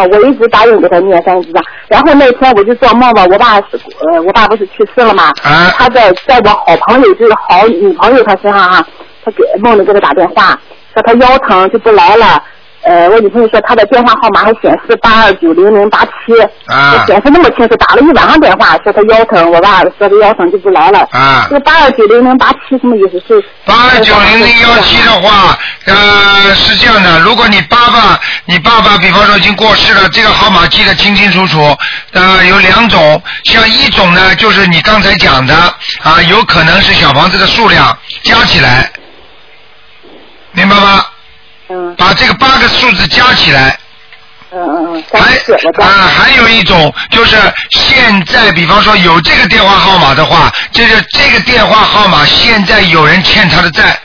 Speaker 6: 哦，我一直答应给他念三十章。然后那天我就做梦吧，我爸是呃，我爸不是去世了吗？
Speaker 2: 啊
Speaker 6: 他在在我好朋友就是好
Speaker 7: 啊
Speaker 6: 女朋友她身上哈、他给梦里给他打电话，说他腰疼就不来了，
Speaker 7: 呃，我女朋友说她的电话号码还显示八二九零零八七，
Speaker 2: 啊
Speaker 7: 显示那么清楚，打了一晚上电话，说她腰疼，我爸说她腰疼就不来了。
Speaker 2: 啊
Speaker 7: 这个八二九零零八七什么意思？是
Speaker 2: 八二九零零幺七的话，呃，是这样的，如果你爸爸，你爸爸比方说已经过世了，这个号码记得清清楚楚。呃，有两种，像一种呢，就是你刚才讲的啊，有可能是小房子的数量加起来，明白吗？
Speaker 7: 嗯
Speaker 2: 把这个八个数字加起来，
Speaker 7: 嗯嗯嗯，三
Speaker 2: 还
Speaker 7: 四，我知道
Speaker 2: 啊，还有一种就是现在，比方说有这个电话号码的话，就是这个电话号码现在有人欠他的债。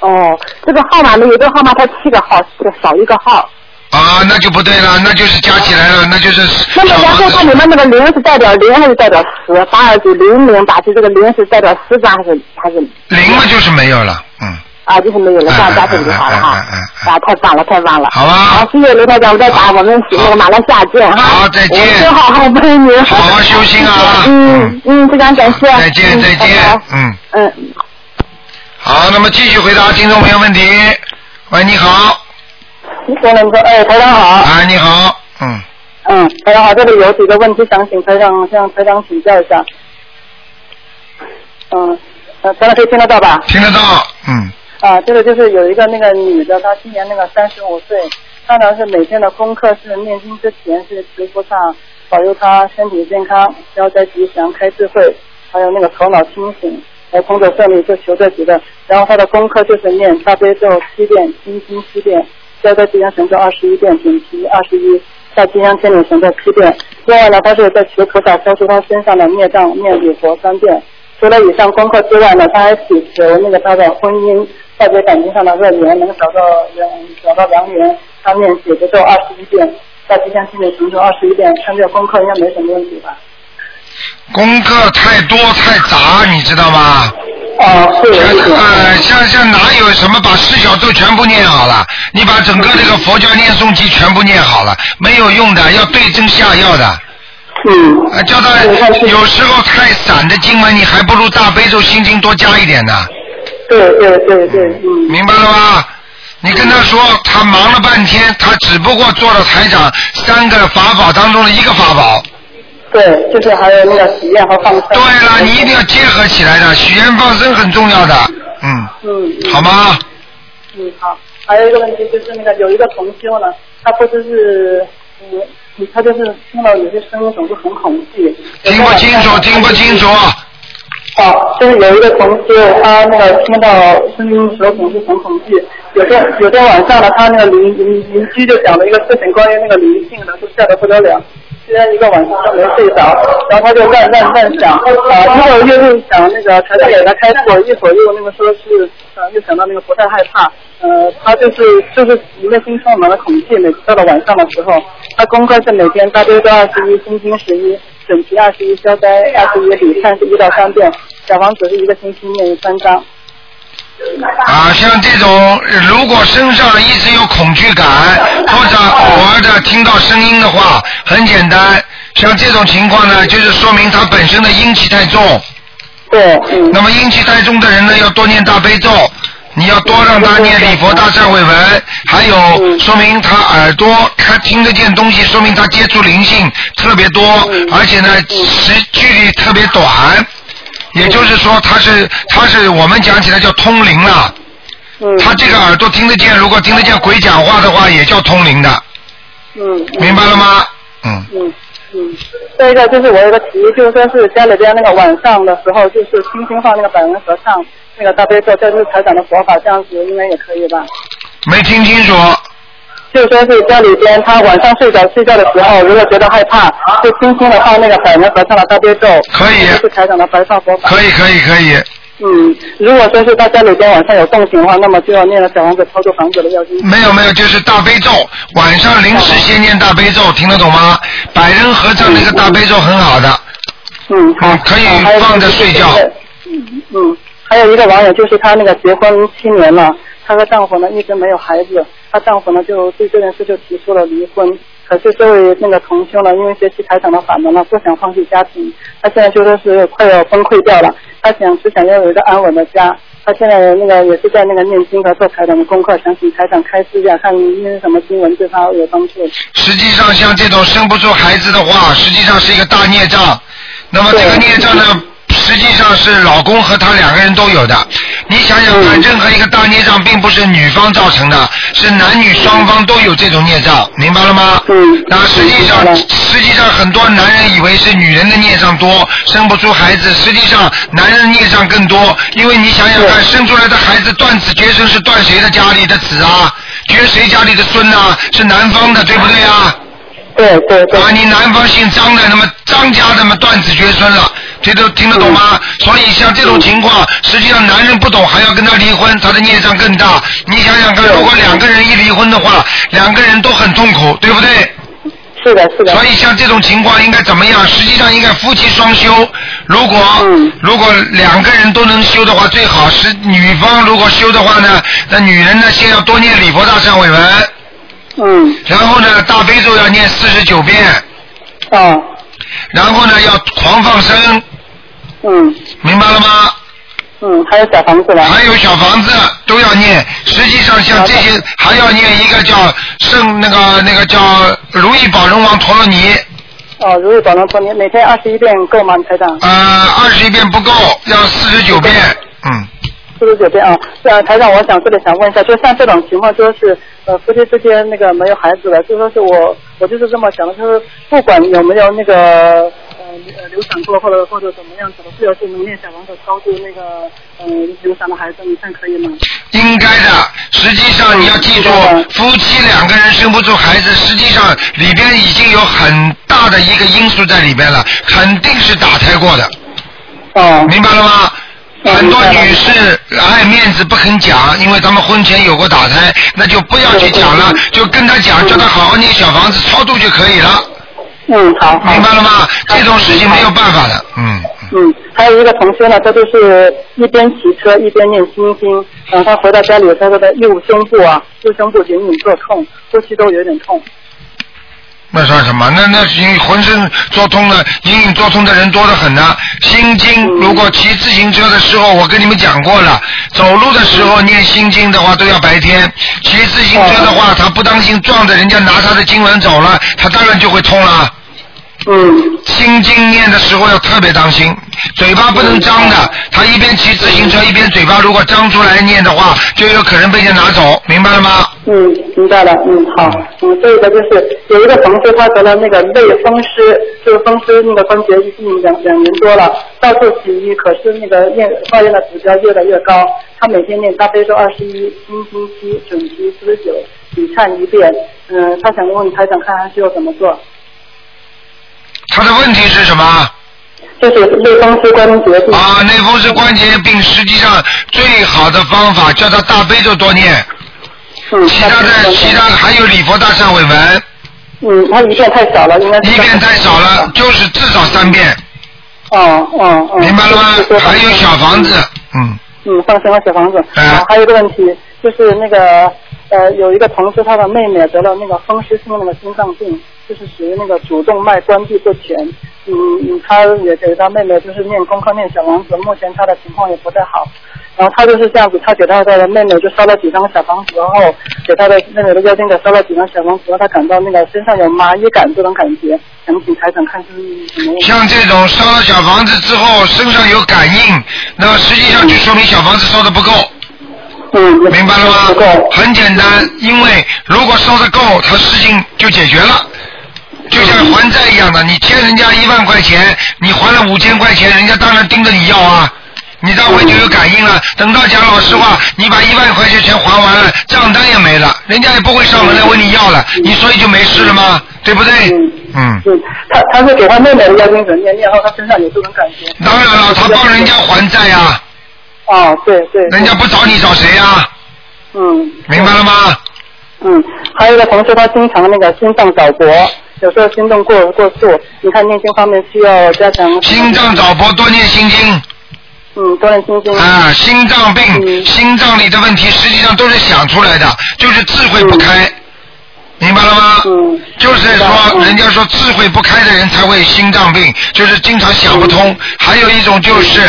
Speaker 7: 哦，这个号码呢，有的号码它七个号，这个少一个号。
Speaker 2: 啊，那就不对了，那就是加起来了，那就是
Speaker 7: 那么，然后它里面那个零是代表零还是代表十？八二九零零八七，这个零是代表十张还是还是
Speaker 2: 零嘛，就是没有了，嗯，
Speaker 7: 啊？就是没有了，这样加起来就好了哈
Speaker 2: 嗯嗯嗯嗯。嗯
Speaker 7: 啊，太棒了，太棒了！
Speaker 2: 好吧
Speaker 7: 啊，谢谢刘台长，我再打我们那个马来西亚见哈。
Speaker 2: 好再见
Speaker 7: 我正好还帮您。
Speaker 2: 好好修心啊
Speaker 7: 嗯嗯，非常感谢。
Speaker 2: 再见
Speaker 7: 嗯
Speaker 2: 再见
Speaker 7: 拜拜，
Speaker 2: 嗯，
Speaker 7: 嗯。
Speaker 2: 好，那么继续回答听众朋友问题。喂，你好，
Speaker 7: 你说了，你说，哎，台长好。
Speaker 2: 啊，你好，嗯，
Speaker 7: 嗯，台长好，这里有几个问题想请台长向台长请教一下。嗯，呃，咱俩可以听得到吧？
Speaker 2: 听得到，嗯，
Speaker 7: 啊，这个就是有一个那个女的，她今年那个三十五岁，她呢是每天的功课是念经之前是求菩萨保佑她身体健康，消灾吉祥，开智慧，还有那个头脑清醒，还有工作顺利，就求这几个。然后她的功课就是念大悲咒七遍，心经七遍，消灾吉祥神咒二十一遍，准提二十一，大吉祥天女神咒七遍。另外呢，她是在求菩萨消除她身上的孽障，念礼佛三遍。除了以上功课之外呢，他还祈求那个他的婚姻化解感情上的恶缘，能找到良找到良缘。他念姐姐咒二十一遍，在吉祥心理神咒二十一遍，看这个功课应该没什么问题吧？
Speaker 2: 功课太多太杂，你知道吗？
Speaker 7: 哦，是有一点。
Speaker 2: 呃，像像哪有什么把四小咒全部念好了？你把整个这个佛教念诵集全部念好了，没有用的，要对症下药的。
Speaker 7: 嗯，
Speaker 2: 啊，叫他有时候太散的经文，你还不如大悲咒心经多加一点呢，
Speaker 7: 对对对对，嗯，
Speaker 2: 明白了吗？你跟他说，他忙了半天，他只不过做了台长三个法宝当中的一个法宝。
Speaker 7: 对，就是还有那个许愿和放生。
Speaker 2: 对了，你一定要结合起来的，许愿放生很重要的，嗯，
Speaker 7: 嗯，嗯
Speaker 2: 好吗？
Speaker 7: 嗯，好。还有一个问题就是那个有一个同修呢，他不知是嗯，他就是听到有些声音总是很恐惧。
Speaker 2: 听不清楚，听不清楚。
Speaker 7: 哦，就是有一个同事，他那个听到声音的时候总是很恐惧。有天有天晚上呢，他那个邻邻邻居就讲了一个事情，关于那个灵性的，就吓得不得了。居然一个晚上都没睡着，然后他就乱乱乱想，啊，一会儿又又想那个台长给他开过，一会儿又那个说是，呃，又想到那个不太害怕，呃，他就是就是内心充满了恐惧。每次到了晚上的时候，他功课是每天大悲咒二十一，心经十一，准提二十一，消灾二十一，礼忏是一到三遍，小房子是一个星期念三章。
Speaker 2: 啊，像这种呃如果身上一直有恐惧感，或者偶尔的听到声音的话，很简单。像这种情况呢，就是说明他本身的阴气太重。
Speaker 7: 对，嗯
Speaker 2: 那，么阴气太重的人呢，要多念大悲咒，你要多让他念礼佛大忏悔文，还有
Speaker 7: 嗯
Speaker 2: 说明他耳朵他听得见东西，说明他接触灵性特别多，
Speaker 7: 嗯
Speaker 2: 而且呢时距离特别短，也就是说他是他是我们讲起来叫通灵了。
Speaker 7: 嗯，
Speaker 2: 他这个耳朵听得见，如果听得见鬼讲话的话，也叫通灵的，
Speaker 7: 嗯，嗯
Speaker 2: 明白了吗？嗯，
Speaker 7: 嗯，嗯，再一个就是我有个提议，就是说是家里边那个晚上的时候，就是轻轻放那个百文合唱那个大悲咒，再就是财长的佛法，这样子应该也可以吧？
Speaker 2: 没听清楚。
Speaker 7: 就是说是家里边他晚上睡觉睡觉的时候，如果觉得害怕，就轻轻的放那个百文合唱的大悲咒，
Speaker 2: 可以
Speaker 7: 就是财长的白发佛法。
Speaker 2: 可以，可以，可以，
Speaker 7: 嗯，如果说是到家里边晚上有动静的话，那么就要念了小王子操作房子的要经。
Speaker 2: 哎没有没有，就是大悲咒，晚上临时先念大悲咒，听得懂吗？百人合唱那个大悲咒很好的，
Speaker 7: 嗯，好
Speaker 2: 嗯，可以
Speaker 7: 好还有
Speaker 2: 放着
Speaker 7: 就是
Speaker 2: 睡觉
Speaker 7: 嗯嗯，还有一个网友就是她那个结婚七年了，她和丈夫呢一直没有孩子，她丈夫呢就对这件事就提出了离婚。可是这位那个同修呢，因为学习台长的法门呢，不想放弃家庭，她现在就说是快要崩溃掉了，她想只想要有一个安稳的家。他现在那个也是在那个念经和做台长的功课，想请台长开示一下，看念什么经文对他有帮助。
Speaker 2: 实际上，像这种生不出孩子的话，实际上是一个大孽障。那么这个孽障呢，实际上是老公和她两个人都有的。你想想
Speaker 7: 嗯
Speaker 2: 看，任何一个大孽障并不是女方造成的，是男女双方都有这种孽障，明白了吗？
Speaker 7: 嗯
Speaker 2: 那实际上
Speaker 7: 明白了，
Speaker 2: 实际上很多男人以为是女人的孽障多，生不出孩子，实际上男人的孽障更多，因为你想想看，生出来的孩子断子绝孙是断谁的家里的子啊？绝谁家里的孙呐、是男方的，对不对啊？
Speaker 7: 对对对
Speaker 2: 啊，，你男方姓张的，那么张家的嘛断子绝孙了，这都听得懂
Speaker 7: 嗯
Speaker 2: 吗？所以像这种情况，实际上男人不懂还要跟他离婚，他的孽障更大。你想想看，如果两个人一离婚的话，两个人都很痛苦，对不对？
Speaker 7: 是的，是的，
Speaker 2: 所以像这种情况应该怎么样？实际上应该夫妻双修。如果、
Speaker 7: 嗯
Speaker 2: 如果两个人都能修的话，最好是女方如果修的话呢，那女人呢先要多念礼佛大忏悔文，
Speaker 7: 嗯，
Speaker 2: 然后呢大悲咒要念四十九遍，
Speaker 7: 哦，
Speaker 2: 然后呢要狂放生，
Speaker 7: 嗯
Speaker 2: 明白了吗？
Speaker 7: 嗯，还有小房子了，
Speaker 2: 还有小房子都要念。实际上像这些还要念一个叫圣那个那个叫如意宝龙王陀罗尼，
Speaker 7: 哦，如意宝能托您每天二十一遍够吗，台长？
Speaker 2: 呃二十一遍不够，要四十九遍，嗯。
Speaker 7: 四十九遍啊，呃，台长，我想这里想问一下，就像这种情况，就是呃夫妻之间那个没有孩子了，就说是我我就是这么想的，就是不管有没有那个呃呃流产过或者或者怎么样子的，只要是能力小王者超度那个呃流产的孩子，你看可以吗？
Speaker 2: 应该的，实际上你要记住
Speaker 7: 嗯，
Speaker 2: 夫妻两个人生不出孩子，实际上里边已经有很大的一个因素在里边了，肯定是打胎过的，
Speaker 7: 哦，
Speaker 2: 明白了吗？
Speaker 7: 嗯
Speaker 2: 很多
Speaker 7: 明白了
Speaker 2: 女士爱面子不肯讲，因为他们婚前有过打胎，那就不要去讲了
Speaker 7: 对对，
Speaker 2: 就跟他讲，叫他好好念小房子超度就可以了，
Speaker 7: 嗯，好，好
Speaker 2: 明白了吗？啊这种事情没有办法的，嗯。
Speaker 7: 嗯，还有一个同学呢，他就是一边骑车一边念心经，然后他回到家里，他说的右胸部啊，右胸部隐隐作痛，呼吸都有点痛。
Speaker 2: 那算什么？那那你浑身作痛的，隐隐作痛的人多得很呢、啊心经，如果骑自行车的时候，我跟你们讲过了，走路的时候念心经的话都要白天，骑自行车的话，他不当心撞着人家拿他的经文走了，他当然就会痛了。
Speaker 7: 嗯，
Speaker 2: 心经念的时候要特别当心，嘴巴不能张的。他一边骑自行车一边嘴巴如果张出来念的话，就有可能被人家拿走，明白了吗？
Speaker 7: 嗯，明白了，嗯，好，嗯，这个就是有一个同事，他得了那个类风湿，就是风湿那个关节已经两两年多了，到处起医，可是那个验化验的指标越来越高，他每天念大悲咒二十一，心经七，准提四十九，礼忏一遍，嗯，他想问台长看还需要怎么做？
Speaker 2: 他的问题是什么？
Speaker 7: 就是类风湿关节病，
Speaker 2: 啊，类风湿关节病实际上最好的方法叫他大悲咒多念，
Speaker 7: 嗯，
Speaker 2: 其他的其他的还有礼佛大忏悔文，
Speaker 7: 嗯，他一遍太少了，应该是
Speaker 2: 一遍太少了，就是至少三遍，
Speaker 7: 哦哦哦，
Speaker 2: 明白了吗
Speaker 7: 就是说？
Speaker 2: 还有小房子，嗯，
Speaker 7: 嗯，放生和小房子。
Speaker 2: 嗯
Speaker 7: 啊，还有一个问题，就是那个呃，有一个同事他的妹妹得了那个风湿性那个心脏病，就是属于那个主动脉关闭不全。嗯，嗯他也给他妹妹就是念功课念小王子，目前他的情况也不太好。然后他就是这样子，他给他的妹妹就烧了几张小房子，然后给他的妹妹的腰间给烧了几张小房子，让他感到那个身上有麻衣感这种感觉。想请台长看是什么问题？
Speaker 2: 像这种烧了小房子之后身上有感应，那么实际上就说明小房子烧的不够，
Speaker 7: 嗯，
Speaker 2: 明白了
Speaker 7: 不够
Speaker 2: 吗？很简单，因为如果烧的够，他事情就解决了。就像还债一样的，你欠人家一万块钱，你还了五千块钱，人家当然盯着你要啊。你到会就有感应了。等到讲老实话，你把一万块钱全还完了，账单也没了，人家也不会上门来问你要了，你所以就没事了吗？对不对？嗯。
Speaker 7: 嗯，他他是给他妹妹的妖精者念，念后他身上有这种感觉。
Speaker 2: 当然了，他帮人家还债呀、
Speaker 7: 哦，对对。
Speaker 2: 人家不找你找谁呀、
Speaker 7: 嗯
Speaker 2: 明白了吗？
Speaker 7: 嗯，还有一个同事他经常那个心脏早搏，有时候心动过过速，你看念经方面需要加强。
Speaker 2: 心脏早搏，多念心经。
Speaker 7: 嗯，多练心经。
Speaker 2: 啊，心脏病、
Speaker 7: 嗯
Speaker 2: 心脏里的问题，实际上都是想出来的，就是智慧不开，明白了吗？
Speaker 7: 嗯
Speaker 2: 就是
Speaker 7: 明白
Speaker 2: 说，
Speaker 7: 嗯
Speaker 2: 人家说智
Speaker 7: 嗯
Speaker 2: 慧不开的人才会心脏病，就是经常想不通。还有一种就是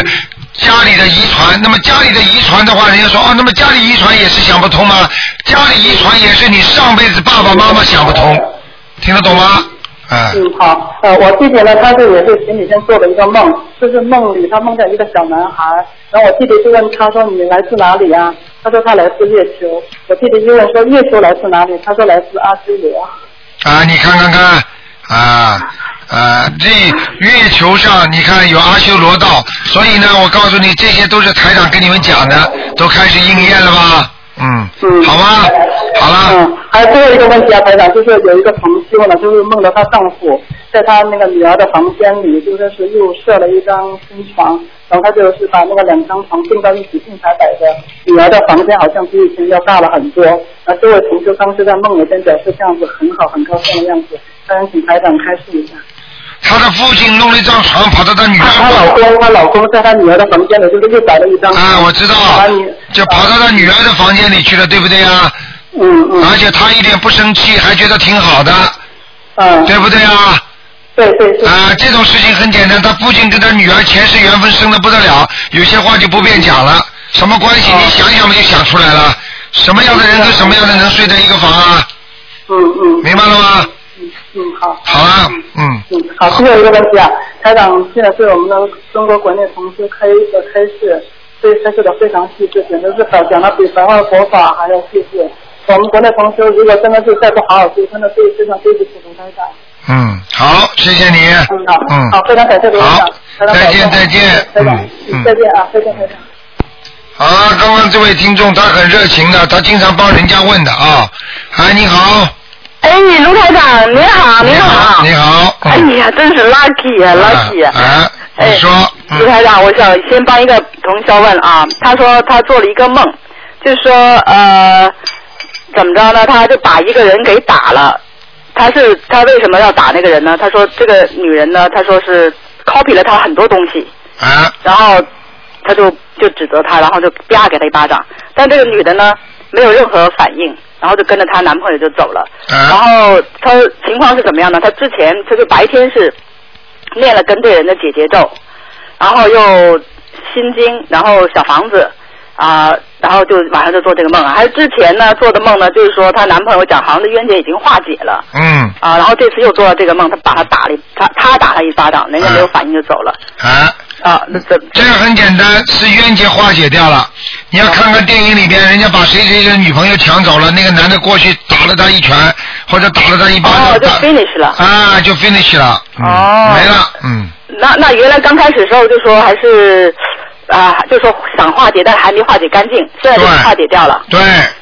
Speaker 2: 家里的遗传，那么家里的遗传的话，人家说哦，那么家里遗传也是想不通吗？家里遗传也是你上辈子爸爸妈妈想不通，听得懂吗？哎、
Speaker 7: 嗯，好，呃，我记得了，他是也是前几天做了一个梦，就是梦里他梦见一个小男孩，然后我弟弟就问他说你来自哪里啊？他说他来自月球，我弟弟就问说月球来自哪里？他说来自阿修罗。
Speaker 2: 啊，你看看看，啊啊，这月球上你看有阿修罗道，所以呢，我告诉你，这些都是台长跟你们讲的，都开始应验了吧？嗯，
Speaker 7: 嗯，
Speaker 2: 好吗？好了，
Speaker 7: 嗯，还有最后一个问题啊，台长，就是有一个同修呢，就是梦到她丈夫在她那个女儿的房间里，就说是又设了一张新床，然后她就是把那个两张床并到一起，并排摆着。女儿的房间好像比以前要大了很多。啊，这位同修当时在梦里边表示这样子很好，很高兴的样子。当然，请台长开示一下。
Speaker 2: 他的父亲弄了一张床跑到他女
Speaker 7: 她
Speaker 2: 儿
Speaker 7: 她啊老公，她老公在她女儿的房间里，就是又摆了一张床。
Speaker 2: 啊，我知道
Speaker 7: 把女，
Speaker 2: 就跑到他女儿的房间里去了，对不对啊？
Speaker 7: 嗯嗯
Speaker 2: 而且他一点不生气，还觉得挺好的，
Speaker 7: 嗯，
Speaker 2: 对不对啊？
Speaker 7: 对对对，
Speaker 2: 啊，这种事情很简单，他父亲跟他女儿前世缘分深的不得了，有些话就不便讲了。什么关系？
Speaker 7: 啊
Speaker 2: 你想想嘛，就想出来了。什么样的人跟什么样的人睡在一个房啊？
Speaker 7: 嗯嗯
Speaker 2: 明白了吗？
Speaker 7: 嗯，好。
Speaker 2: 好了，嗯，
Speaker 7: 嗯，好，最后一个问题啊，台长现在对我们的中国国内同修开的开示，对开示的非常细致，简直是讲讲的比白话佛法还要细致。我们国内同修如果真的是再不好好修，真的对非常对不起卢台长。
Speaker 2: 嗯，好，谢谢你。
Speaker 7: 嗯，好，
Speaker 2: 嗯，
Speaker 7: 好，非常感谢卢台长
Speaker 2: 好，
Speaker 7: 台长
Speaker 2: 再见
Speaker 7: 保重
Speaker 2: 再见
Speaker 7: 台长
Speaker 2: 嗯嗯
Speaker 7: 嗯再见啊，再见，台长。
Speaker 2: 好，刚刚这位听众他很热情的，他经常帮人家问的啊。哎，你好，
Speaker 8: 哎，卢台长，您好，
Speaker 2: 你
Speaker 8: 您好。
Speaker 2: 你好，
Speaker 8: 哎
Speaker 2: 嗯，
Speaker 8: 呀，真是 lucky 呀、lucky 呀、
Speaker 2: 哎，哎你说，
Speaker 8: 卢
Speaker 2: 嗯，
Speaker 8: 台长，我想先帮一个同学问啊，他说他做了一个梦，就说呃，怎么着呢？他就把一个人给打了。他是他为什么要打那个人呢？他说这个女人呢，他说是 copy 了他很多东西，
Speaker 2: 哎，
Speaker 8: 然后他就就指责他，然后就啪给他一巴掌。但这个女的呢，没有任何反应，然后就跟着她男朋友就走了。然
Speaker 2: 哎，
Speaker 8: 后她情况是怎么样呢？她之前就是白天是念了跟对人的解结咒，然后又心经，然后小房子啊、然后就晚上就做这个梦啊。还有之前呢做的梦呢，就是说她男朋友讲好像的冤结已经化解了。
Speaker 2: 嗯，
Speaker 8: 啊，然后这次又做了这个梦，她把他打了一，她她打他一巴掌，人家没有反应就走了。
Speaker 2: 哎。
Speaker 8: 啊，那怎
Speaker 2: 这个很简单，是冤结化解掉了。你要看看电影里边，人家把谁谁谁的女朋友抢走了，那个男的过去打了他一拳，或者打了他一巴掌，
Speaker 8: 哦，就
Speaker 2: 打
Speaker 8: finish 了。
Speaker 2: 啊，就 finish 了，嗯、
Speaker 8: 哦
Speaker 2: 没了，嗯，
Speaker 8: 那那原来刚开始的时候就说还是啊，就说想化解，但还没化解干净，现在就
Speaker 2: 对
Speaker 8: 化解掉了。
Speaker 2: 对，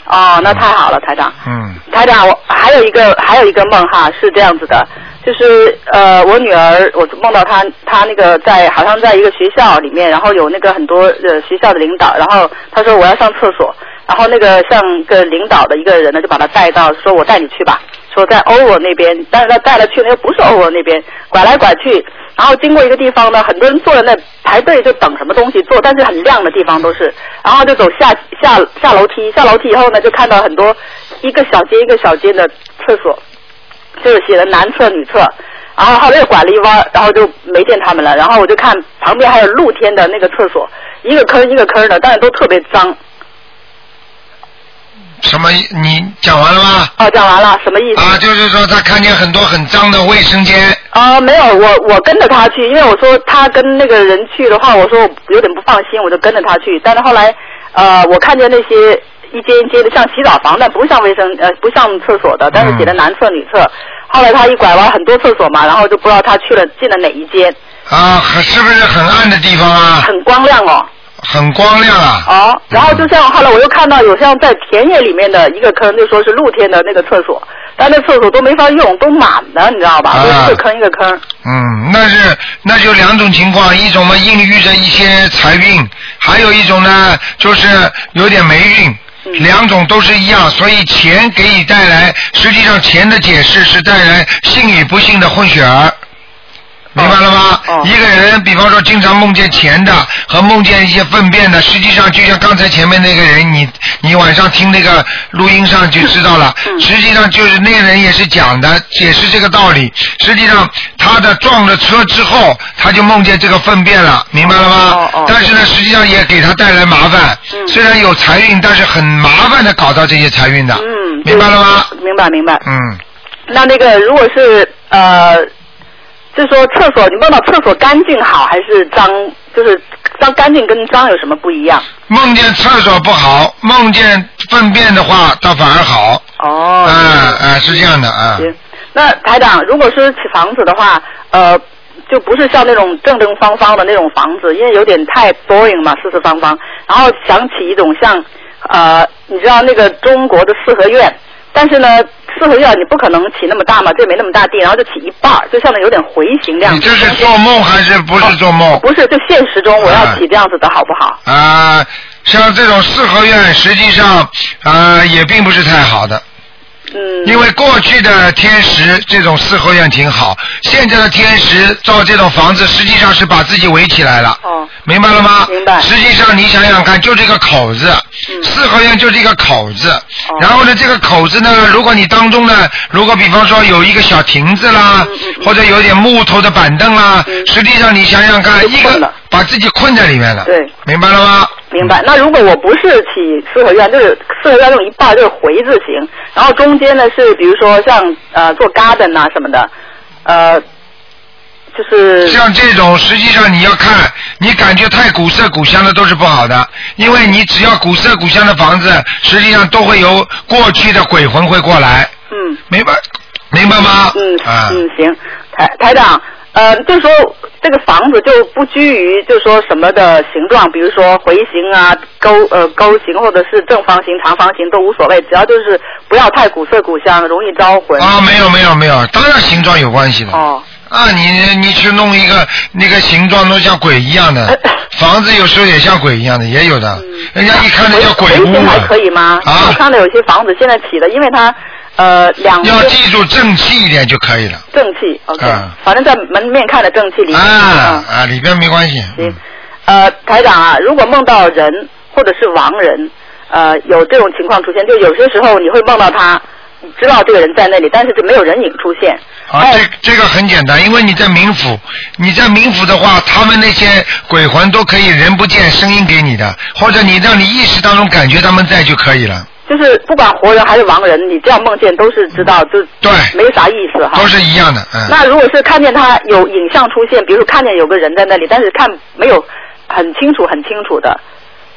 Speaker 8: 哦，那太好了，台长。
Speaker 2: 嗯，
Speaker 8: 台长，我还有一个还有一个梦哈，是这样子的，就是呃，我女儿，我梦到她，她那个在好像在一个学校里面，然后有那个很多呃学校的领导，然后她说我要上厕所，然后那个像个领导的一个人呢，就把她带到，说我带你去吧，说在欧我那边，但是她带了去呢，又不是欧我那边，拐来拐去，然后经过一个地方呢，很多人坐在那排队就等什么东西坐，但是很亮的地方都是，然后就走下下下楼梯，下楼梯以后呢，就看到很多一个小街一个小街的厕所，就是写的男厕女厕，然后后来又拐了一弯，然后就没见他们了，然后我就看旁边还有露天的那个厕所，一个坑一个坑的，但是都特别脏。
Speaker 2: 什么？你讲完了吗？
Speaker 8: 哦，讲完了，什么意思？
Speaker 2: 啊，就是说他看见很多很脏的卫生间，
Speaker 8: 啊，没有，我我跟着他去，因为我说他跟那个人去的话，我说我有点不放心，我就跟着他去。但是后来，呃，我看见那些一间一间的像洗澡房的，不像卫生呃不像厕所的，但是写的男厕女厕。后来他一拐弯很多厕所嘛，然后就不知道他去了进了哪一间，
Speaker 2: 啊，很是不是很暗的地方啊？
Speaker 8: 很光亮哦。
Speaker 2: 很光亮啊？
Speaker 8: 哦，然后就像后来我又看到有像在田野里面的一个坑，就说是露天的那个厕所，但那厕所都没法用，都满的，你知道吧？
Speaker 2: 啊
Speaker 8: 都一个坑一个坑。
Speaker 2: 嗯，那是那就两种情况，一种嘛孕育着一些财运，还有一种呢就是有点霉运。
Speaker 8: 嗯
Speaker 2: 两种都是一样，所以钱给你带来，实际上钱的解释是带来信与不信的混血儿，明白了吗？
Speaker 8: 哦
Speaker 2: 一个人，比方说经常梦见钱的和梦见一些粪便的，实际上就像刚才前面那个人，你你晚上听那个录音上就知道了，
Speaker 8: 嗯
Speaker 2: 实际上就是那个人也是讲的，也是这个道理。实际上他的撞了车之后，他就梦见这个粪便了，明白了吗？
Speaker 8: 哦哦
Speaker 2: 但是呢，实际上也给他带来麻烦。
Speaker 8: 嗯
Speaker 2: 虽然有财运，但是很麻烦的搞到这些财运的。
Speaker 8: 嗯，
Speaker 2: 明白了吗？
Speaker 8: 明白明白。
Speaker 2: 嗯，
Speaker 8: 那那个如果是呃，就说厕所，你梦到厕所干净好还是脏？就是脏干净跟脏有什么不一样？
Speaker 2: 梦见厕所不好，梦见粪便的话倒反而好。
Speaker 8: 哦，
Speaker 2: 啊啊，是这样的啊。
Speaker 8: 行。那台长，如果是起房子的话，呃，就不是像那种正正方方的那种房子，因为有点太 boring 嘛，四四方方。然后想起一种像，呃，你知道那个中国的四合院，但是呢，四合院你不可能起那么大嘛，这也没那么大地，然后就起一半儿，就像那有点回形那样
Speaker 2: 你
Speaker 8: 子。
Speaker 2: 这是做梦啊还是不是做梦？
Speaker 8: 不是，就现实中我要起这样子的好不好？
Speaker 2: 啊、像这种四合院，实际上啊、也并不是太好的，
Speaker 8: 嗯，
Speaker 2: 因为过去的天时这种四合院挺好，现在的天时造这种房子，实际上是把自己围起来了。
Speaker 8: 哦，
Speaker 2: 明白了吗？
Speaker 8: 明白
Speaker 2: 实际上你想想看，就这个口子，
Speaker 8: 嗯哦
Speaker 2: 四合院就这个口子。然后呢，这个口子呢，如果你当中呢，如果比方说有一个小亭子
Speaker 8: 嗯
Speaker 2: 啦，或者有点木头的板凳啦，实际上你想想看，
Speaker 8: 就
Speaker 2: 一
Speaker 8: 困
Speaker 2: 个
Speaker 8: 了
Speaker 2: 把自己困在里面了。
Speaker 8: 对，
Speaker 2: 明白了吗？
Speaker 8: 明白。那如果我不是起四合院，就是四合院那种一半儿就是回字形，然后中间呢是比如说像呃做 garden 呐、什么的，呃，就是
Speaker 2: 像这种，实际上你要看，你感觉太古色古香的都是不好的，因为你只要古色古香的房子，实际上都会有过去的鬼魂会过来，
Speaker 8: 嗯
Speaker 2: 明白明白吗？
Speaker 8: 嗯
Speaker 2: 啊、
Speaker 8: 嗯行，台台长。呃，就是说这个房子就不拘于就是说什么的形状，比如说回形啊、勾呃勾形或者是正方形、长方形都无所谓，只要就是不要太古色古香，容易招魂。
Speaker 2: 啊，没有没有没有，当然形状有关系的。
Speaker 8: 哦，
Speaker 2: 啊，你你去弄一个那个形状都像鬼一样 的，房子有时候也像鬼一样的，也有的，人家一看那叫鬼
Speaker 8: 回
Speaker 2: 屋
Speaker 8: 形还
Speaker 2: 啊。
Speaker 8: 可以吗？
Speaker 2: 啊
Speaker 8: 我看到有些房子现在起的，因为它呃两边
Speaker 2: 要记住正气一点就可以了。
Speaker 8: 正气，OK，、
Speaker 2: 啊
Speaker 8: 反正在门面看的正气里面。
Speaker 2: 啊
Speaker 8: 嗯
Speaker 2: 啊，里边没关系。
Speaker 8: 行，呃，台长啊，如果梦到人或者是亡人，呃，有这种情况出现，就有些时候你会梦到他，你知道这个人在那里，但是就没有人影出现。
Speaker 2: 啊，
Speaker 8: 哎
Speaker 2: 这这个很简单，因为你在冥府，你在冥府的话，他们那些鬼魂都可以人不见声音给你的，或者你让你意识当中感觉他们在就可以了，
Speaker 8: 就是不管活人还是亡人，你这样梦见都是知道，就
Speaker 2: 嗯对
Speaker 8: 没啥意思哈。
Speaker 2: 都是一样的，嗯。
Speaker 8: 那如果是看见他有影像出现，比如说看见有个人在那里，但是看没有很清楚、很清楚的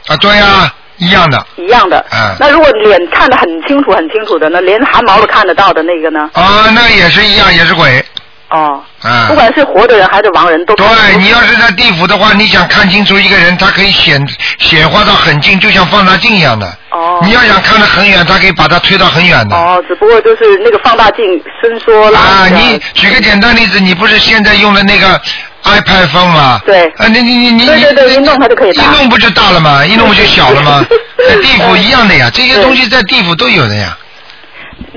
Speaker 2: 啊，对呀、一样的。
Speaker 8: 一样的，
Speaker 2: 嗯
Speaker 8: 那如果脸看得很清楚、很清楚的呢，连汗毛都看得到的那个呢？
Speaker 2: 啊，那也是一样，也是鬼。
Speaker 8: 哦，
Speaker 2: 啊
Speaker 8: 不。管是活的人还是亡人，都
Speaker 2: 对，你要是在地府的话，你想看清楚一个人，他可以显显化到很近，就像放大镜一样的。
Speaker 8: 哦
Speaker 2: 你要想看得很远，他可以把它推到很远的。
Speaker 8: 哦，只不过就是那个放大镜伸缩拉
Speaker 2: 啊，
Speaker 8: 扯
Speaker 2: 你举个简单例子，你不是现在用的那个 iPad 风吗？
Speaker 8: 对
Speaker 2: 啊，你你你你
Speaker 8: 对对对
Speaker 2: 你
Speaker 8: 一弄它就可以
Speaker 2: 一
Speaker 8: 大？
Speaker 2: 弄不就大了吗？一弄不就小了吗 在地府一样的呀，这些
Speaker 8: 对
Speaker 2: 东西在地府都有的呀。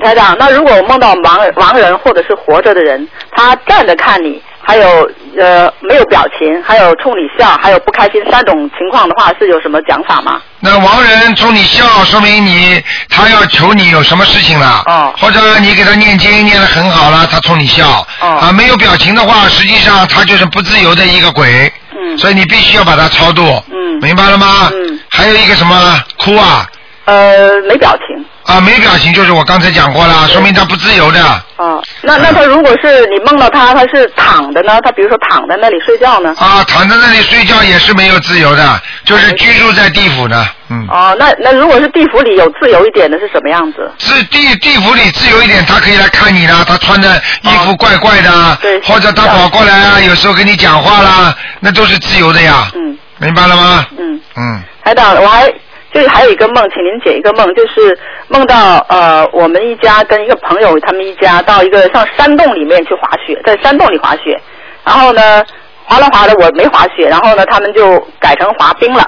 Speaker 8: 台长，那如果我梦到亡亡人或者是活着的人，他站着看你，还有呃没有表情，还有冲你笑，还有不开心三种情况的话，是有什么讲法吗？
Speaker 2: 那亡人冲你笑，说明你他要求你有什么事情了。
Speaker 8: 哦
Speaker 2: 或者你给他念经念得很好了，他冲你笑。
Speaker 8: 哦
Speaker 2: 啊，没有表情的话，实际上他就是不自由的一个鬼。
Speaker 8: 嗯
Speaker 2: 所以你必须要把他超度。
Speaker 8: 嗯
Speaker 2: 明白了吗？
Speaker 8: 嗯。
Speaker 2: 还有一个什么哭啊
Speaker 8: 呃，没表情。嗯
Speaker 2: 啊，没表情就是我刚才讲过了，说明他不自由的。
Speaker 8: 哦，那
Speaker 2: 嗯
Speaker 8: 那他如果是你梦到他，他是躺着呢？他比如说躺在那里睡觉呢？
Speaker 2: 啊，躺在那里睡觉也是没有自由的，就是居住在地府呢。嗯。
Speaker 8: 哦，那那如果是地府里有自由一点的是什么样子？
Speaker 2: 自地地府里自由一点，他可以来看你啦，他穿的衣服怪怪的啊，
Speaker 8: 哦对
Speaker 2: 或者他跑过来啊，有时候跟你讲话啦，那都是自由的呀，
Speaker 8: 嗯
Speaker 2: 明白了吗？
Speaker 8: 嗯，
Speaker 2: 嗯，
Speaker 8: 台长，我还就是还有一个梦，请您解一个梦，就是梦到呃我们一家跟一个朋友他们一家到一个像山洞里面去滑雪，在山洞里滑雪，然后呢滑了滑了我没滑雪，然后呢他们就改成滑冰了，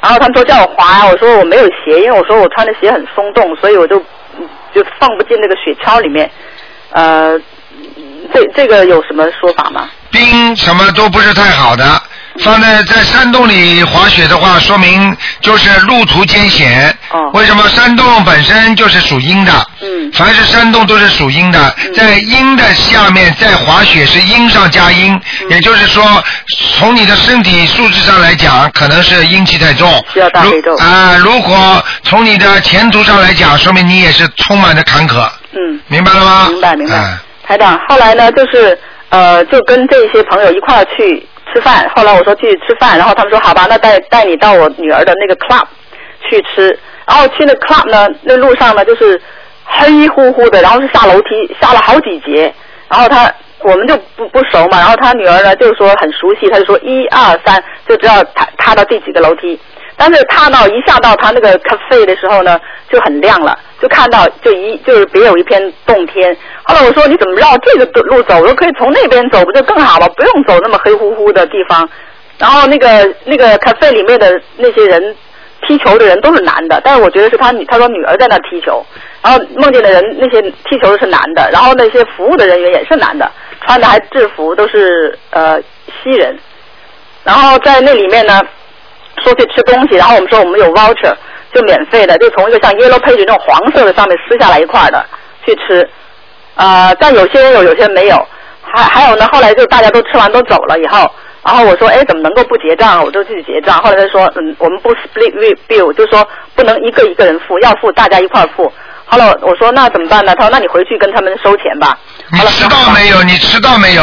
Speaker 8: 然后他们说叫我滑呀，我说我没有鞋，因为我说我穿的鞋很松动，所以我就就放不进那个雪橇里面，呃。这这个有什么说法吗？
Speaker 2: 冰什么都不是太好的。放在在山洞里滑雪的话，说明就是路途艰险。
Speaker 8: 哦
Speaker 2: 为什么山洞本身就是属阴的？
Speaker 8: 嗯
Speaker 2: 凡是山洞都是属阴的，在阴的下面再滑雪是阴上加阴，
Speaker 8: 嗯
Speaker 2: 也就是说，从你的身体素质上来讲，可能是阴气太重。
Speaker 8: 需要大悲咒
Speaker 2: 如啊、如果从你的前途上来讲，说明你也是充满着坎坷，
Speaker 8: 嗯，
Speaker 2: 明白了吗？
Speaker 8: 明白明白
Speaker 2: 啊
Speaker 8: 台长，后来呢，就是呃，就跟这些朋友一块儿去吃饭。后来我说去吃饭，然后他们说好吧，那带带你到我女儿的那个 club 去吃。然后去那 club 呢，那路上呢就是黑乎乎的，然后是下楼梯下了好几节。然后他我们就不不熟嘛，然后他女儿呢就说很熟悉，他就说一二三，就知道踏踏到第几个楼梯。但是踏到一下到他那个 cafe 的时候呢，就很亮了，就看到就一就是别有一片洞天。后来我说你怎么绕这个路走？我说可以从那边走，不就更好吗？不用走那么黑乎乎的地方。然后那个那个 cafe 里面的那些人踢球的人都是男的，但是我觉得是他女，他说女儿在那踢球，然后梦见的人那些踢球的是男的，然后那些服务的人员也是男的，穿的还制服，都是呃西人。然后在那里面呢，说去吃东西，然后我们说我们有 voucher，就免费的，就从一个像 yellow page 那种黄色的上面撕下来一块儿的去吃。呃，但有些人有，有些人没有。还还有呢，后来就大家都吃完都走了以后，然后我说，哎，怎么能够不结账啊？我就去结账。后来他说，嗯，我们不 split re- bill，就说不能一个一个人付，要付大家一块儿付。后来我说那怎么办呢？他说那你回去跟他们收钱吧。
Speaker 2: 你
Speaker 8: 好了
Speaker 2: 吃到没有？你吃到没有？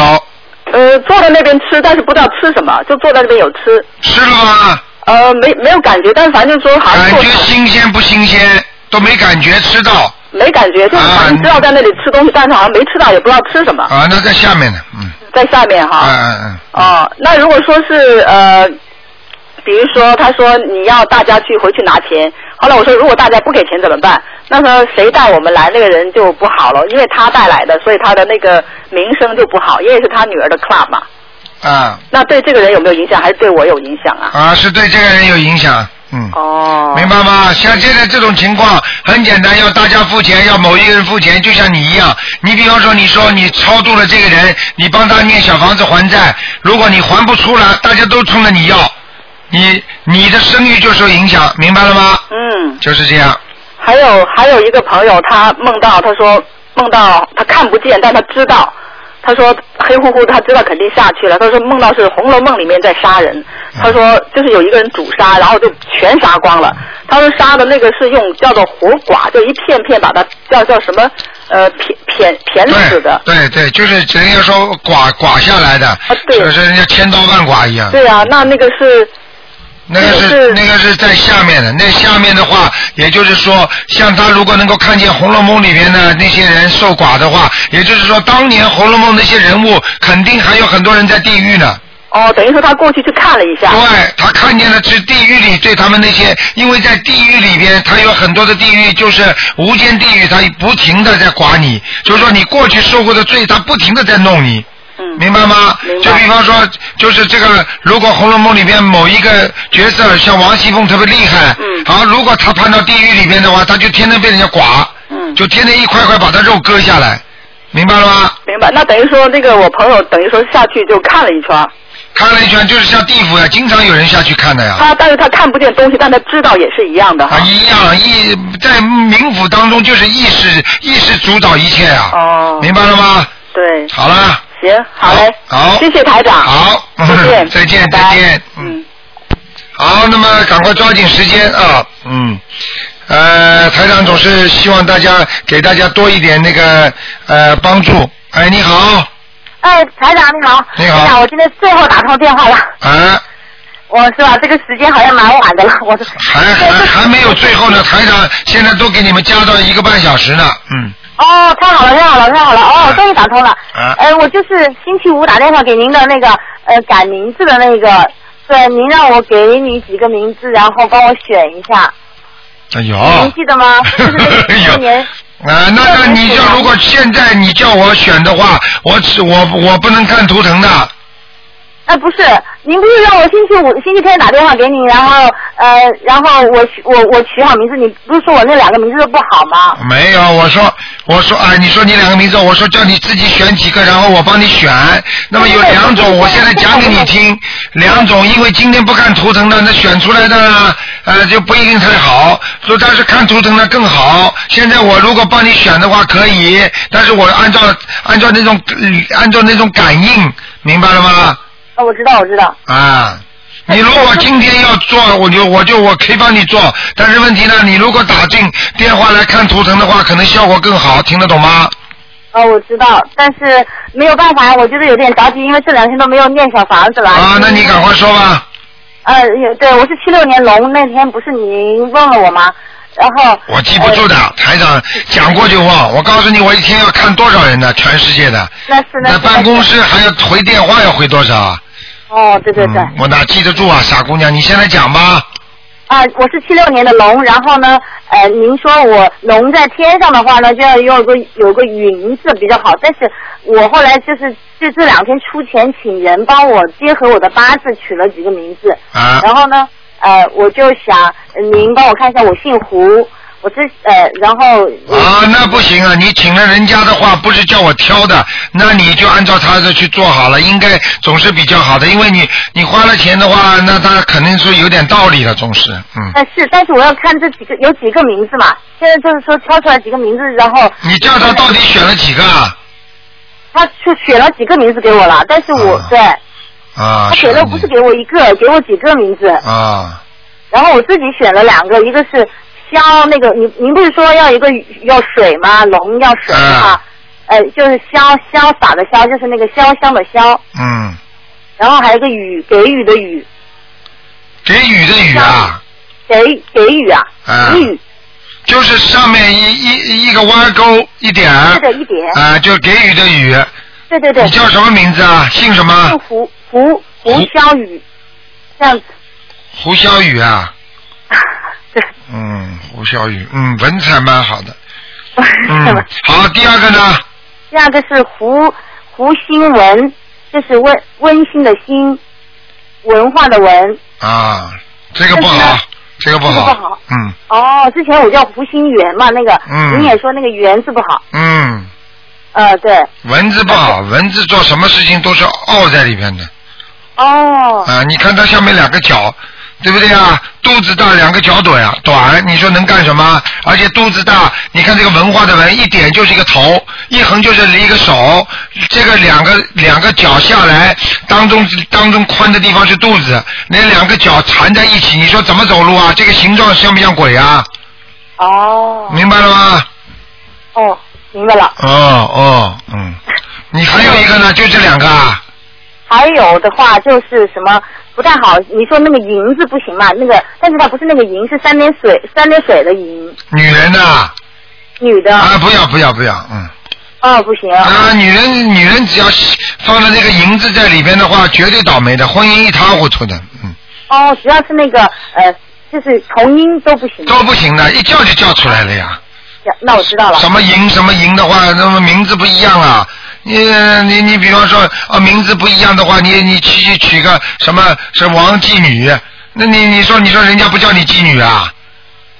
Speaker 8: 呃，坐在那边吃，但是不知道吃什么，就坐在那边有吃。
Speaker 2: 吃了吗？
Speaker 8: 呃，没没有感觉，但是反正说好像
Speaker 2: 感
Speaker 8: 坐
Speaker 2: 觉
Speaker 8: 着
Speaker 2: 新鲜不新鲜？都没感觉吃到
Speaker 8: 没感觉，就是
Speaker 2: 啊
Speaker 8: 反正知道在那里吃东西，但是好像没吃到，也不知道吃什么，
Speaker 2: 啊？那在下面呢，嗯，
Speaker 8: 在下面
Speaker 2: 嗯
Speaker 8: 哈。
Speaker 2: 嗯嗯。
Speaker 8: 哦，那如果说是呃，比如说他说你要大家去回去拿钱，后来我说如果大家不给钱怎么办？那么谁带我们来那个人就不好了，因为他带来的，所以他的那个名声就不好，因为是他女儿的 club 嘛。
Speaker 2: 啊
Speaker 8: 那对这个人有没有影响，还是对我有影响啊？
Speaker 2: 啊，是对这个人有影响，嗯，
Speaker 8: 哦，
Speaker 2: 明白吗？像现在这种情况很简单，要大家付钱，要某一个人付钱，就像你一样。你比方说，你说你超度了这个人，你帮他念小房子还债，如果你还不出来，大家都冲着你要，你你的声誉就受影响，明白了吗？
Speaker 8: 嗯。
Speaker 2: 就是这样，
Speaker 8: 还有还有一个朋友，他梦到他说梦到他看不见，但他知道，他说黑乎乎的，他知道肯定下去了。他说梦到是《红楼梦》里面在杀人，他说就是有一个人主杀，然后就全杀光了。他说杀的那个是用叫做火寡，就一片片把它叫叫什么呃片片片死
Speaker 2: 对
Speaker 8: 的。啊
Speaker 2: 对对，就是人家说剐剐下来的，
Speaker 8: 对
Speaker 2: 就是人家千刀万剐一样。
Speaker 8: 对啊，那那个是
Speaker 2: 那个
Speaker 8: 那
Speaker 2: 是
Speaker 8: 是
Speaker 2: 那个是在下面的，那下面的话，也就是说，像他如果能够看见《红楼梦》里面的那些人受寡的话，也就是说，当年《红楼梦》那些人物，肯定还有很多人在地狱呢。
Speaker 8: 哦，等于说他过去去看了一下。
Speaker 2: 对他看见的是地狱里对他们那些，因为在地狱里边，他有很多的地狱就是无间地狱，他不停的在剐你，就是说你过去受过的罪，他不停的在弄你。
Speaker 8: 嗯
Speaker 2: 明白吗？
Speaker 8: 明白
Speaker 2: 就比方说，就是这个，如果《红楼梦》里边某一个角色像王熙凤特别厉害，
Speaker 8: 嗯
Speaker 2: 好，如果她判到地狱里边的话，她就天天被人家剐，
Speaker 8: 嗯
Speaker 2: 就天天一块块把她肉割下来，明白了吗？
Speaker 8: 明白。那等于说那个我朋友等于说下去就看了一圈儿，
Speaker 2: 看了一圈就是像地府呀，经常有人下去看的呀。
Speaker 8: 他啊但是他看不见东西，但他知道也是一样的哈。
Speaker 2: 啊，一样意在冥府当中就是意识意识主导一切啊，
Speaker 8: 哦
Speaker 2: 明白了吗？
Speaker 8: 对，
Speaker 2: 好了，
Speaker 8: 行，好嘞，
Speaker 2: 好
Speaker 8: 谢谢台长，
Speaker 2: 好，嗯
Speaker 8: 再见，
Speaker 2: 再见，
Speaker 8: 拜拜
Speaker 2: 再见，
Speaker 8: 嗯，
Speaker 2: 好，那么赶快抓紧时间啊，嗯，呃，台长总是希望大家给大家多一点那个呃帮助。哎，你好，
Speaker 9: 哎，台长你好。
Speaker 2: 你好
Speaker 9: 台长，我今天最后打通电话了，
Speaker 2: 啊，
Speaker 9: 我是吧？这个时间好像蛮晚的了，我是。
Speaker 2: 还还还没有最后呢，台长现在都给你们加到一个半小时呢，嗯，
Speaker 9: 哦，太好了，太好了，太好了！哦，终于打通了。
Speaker 2: 啊
Speaker 9: 呃，我就是星期五打电话给您的那个呃改名字的那个，对，您让我给你几个名字，然后帮我选一下，
Speaker 2: 哎呦，
Speaker 9: 您记得 吗？就是那个
Speaker 2: 哎呦
Speaker 9: 去年。
Speaker 2: 啊，那那你就如果现在你叫我选的话，我只我我不能看图腾的，
Speaker 9: 啊，呃，不是，您不是让我星期五、星期天打电话给你，然后呃，然后我取我我取好名字，你不是说我那两个名字都不好吗？
Speaker 2: 没有，我说我说啊，你说你两个名字，我说叫你自己选几个，然后我帮你选。那么有两种，我现在讲给你听，两种，因为今天不看图腾的，那选出来的呢，呃，就不一定太好。说但是看图腾的更好。现在我如果帮你选的话可以，但是我按照按照那种嗯按照那种感应，明白了吗？
Speaker 9: 啊，我知道，我知道。
Speaker 2: 啊，你如果今天要做，我就我就我可以帮你做，但是问题呢，你如果打进电话来看图腾的话，可能效果更好，听得懂吗？
Speaker 9: 哦，我知道，但是没有办法，我觉得有点着急，因为这两天都没有念小房子了。
Speaker 2: 啊，那你赶快说吧。
Speaker 9: 呃，也对，我是七六年龙，那天不是您问了我吗？然后
Speaker 2: 我记不住的，台长讲过就忘。我告诉你，我一天要看多少人呢？全世界的。
Speaker 9: 那是那
Speaker 2: 那
Speaker 9: 是
Speaker 2: 办公室还要回电话，要回多少啊？
Speaker 9: 哦，对对对，
Speaker 2: 嗯我哪记得住啊，傻姑娘，你现在讲吧。
Speaker 9: 啊，我是七六年的龙，然后呢，呃，您说我龙在天上的话呢，就要有个有个云字比较好，但是我后来就是就这两天出钱请人帮我结合我的八字取了几个名字，
Speaker 2: 啊。
Speaker 9: 然后呢，呃，我就想呃您帮我看一下，我姓胡，我这呃，然后
Speaker 2: 啊，那不行啊！你请了人家的话，不是叫我挑的，那你就按照他的去做好了，应该总是比较好的，因为你你花了钱的话，那他肯定是有点道理的，总是，嗯。
Speaker 9: 但是但是我要看这几个有几个名字嘛，现在就是说挑出来几个名字，然后
Speaker 2: 你叫他到底选了几个啊？
Speaker 9: 他就选了几个名字给我了，但是我、对
Speaker 2: 啊，
Speaker 9: 他选了不是给我一个，给我几个名字。
Speaker 2: 啊，
Speaker 9: 然后我自己选了两个，一个是消那个，您您不是说要一个要水吗？龙要水吗？
Speaker 2: 啊
Speaker 9: 呃，就是潇潇洒的潇，就是那个潇湘的潇，
Speaker 2: 嗯，
Speaker 9: 然后还有一个雨给予的予，
Speaker 2: 给予的予啊，
Speaker 9: 给给予啊，
Speaker 2: 啊，
Speaker 9: 予、
Speaker 2: 就是上面一一一个弯钩一点儿
Speaker 9: 是，的一点，
Speaker 2: 啊，就给予的予。
Speaker 9: 对对对。
Speaker 2: 你叫什么名字啊？姓什么
Speaker 9: 姓？胡胡胡潇雨，这样子
Speaker 2: 胡小雨 啊。嗯，胡小雨，嗯，文采蛮好 的。嗯，好，第二个呢？
Speaker 9: 第二个是胡胡新文，就是温温馨的馨，文化的文。
Speaker 2: 啊，这个不好，这个不好，
Speaker 9: 这个不好
Speaker 2: 嗯
Speaker 9: 哦，之前我叫胡新元嘛，那个、
Speaker 2: 嗯
Speaker 9: 您也说那个元字不好。
Speaker 2: 嗯，
Speaker 9: 呃，对。
Speaker 2: 文字不好，文字做什么事情都是傲在里面的
Speaker 9: 哦。嗯
Speaker 2: 啊！你看它下面两个角，对不对啊？肚子大，两个脚短啊，短，你说能干什么？而且肚子大，你看这个文化的文，一点就是一个头，一横就是一个手，这个两个两个脚下来，当中当中宽的地方是肚子，那两个脚缠在一起，你说怎么走路啊？这个形状像不像鬼啊？
Speaker 9: 哦
Speaker 2: 明白了吗？
Speaker 9: 哦，明白了。
Speaker 2: 哦哦，嗯，你还有一个呢，就这两个啊？
Speaker 9: 还有的话就是什么不太好，你说那个银字不行嘛？那个，但是它不是那个银，是三点水三点水的银，
Speaker 2: 女人的啊，
Speaker 9: 女的。
Speaker 2: 啊不要不要不要，嗯，
Speaker 9: 哦，不行。
Speaker 2: 啊，女人女人只要放了这个银子在里边的话，绝对倒霉的，婚姻一塌糊涂的，嗯，
Speaker 9: 哦，只要是那个呃，就是同音都不行。
Speaker 2: 都不行的，一叫就叫出来了呀。
Speaker 9: 那我知道了。
Speaker 2: 什么银什么银的话，那么名字不一样啊。你你你，比方说啊，名字不一样的话，你你取取个什么是王妓女？那你你说你说人家不叫你妓女啊？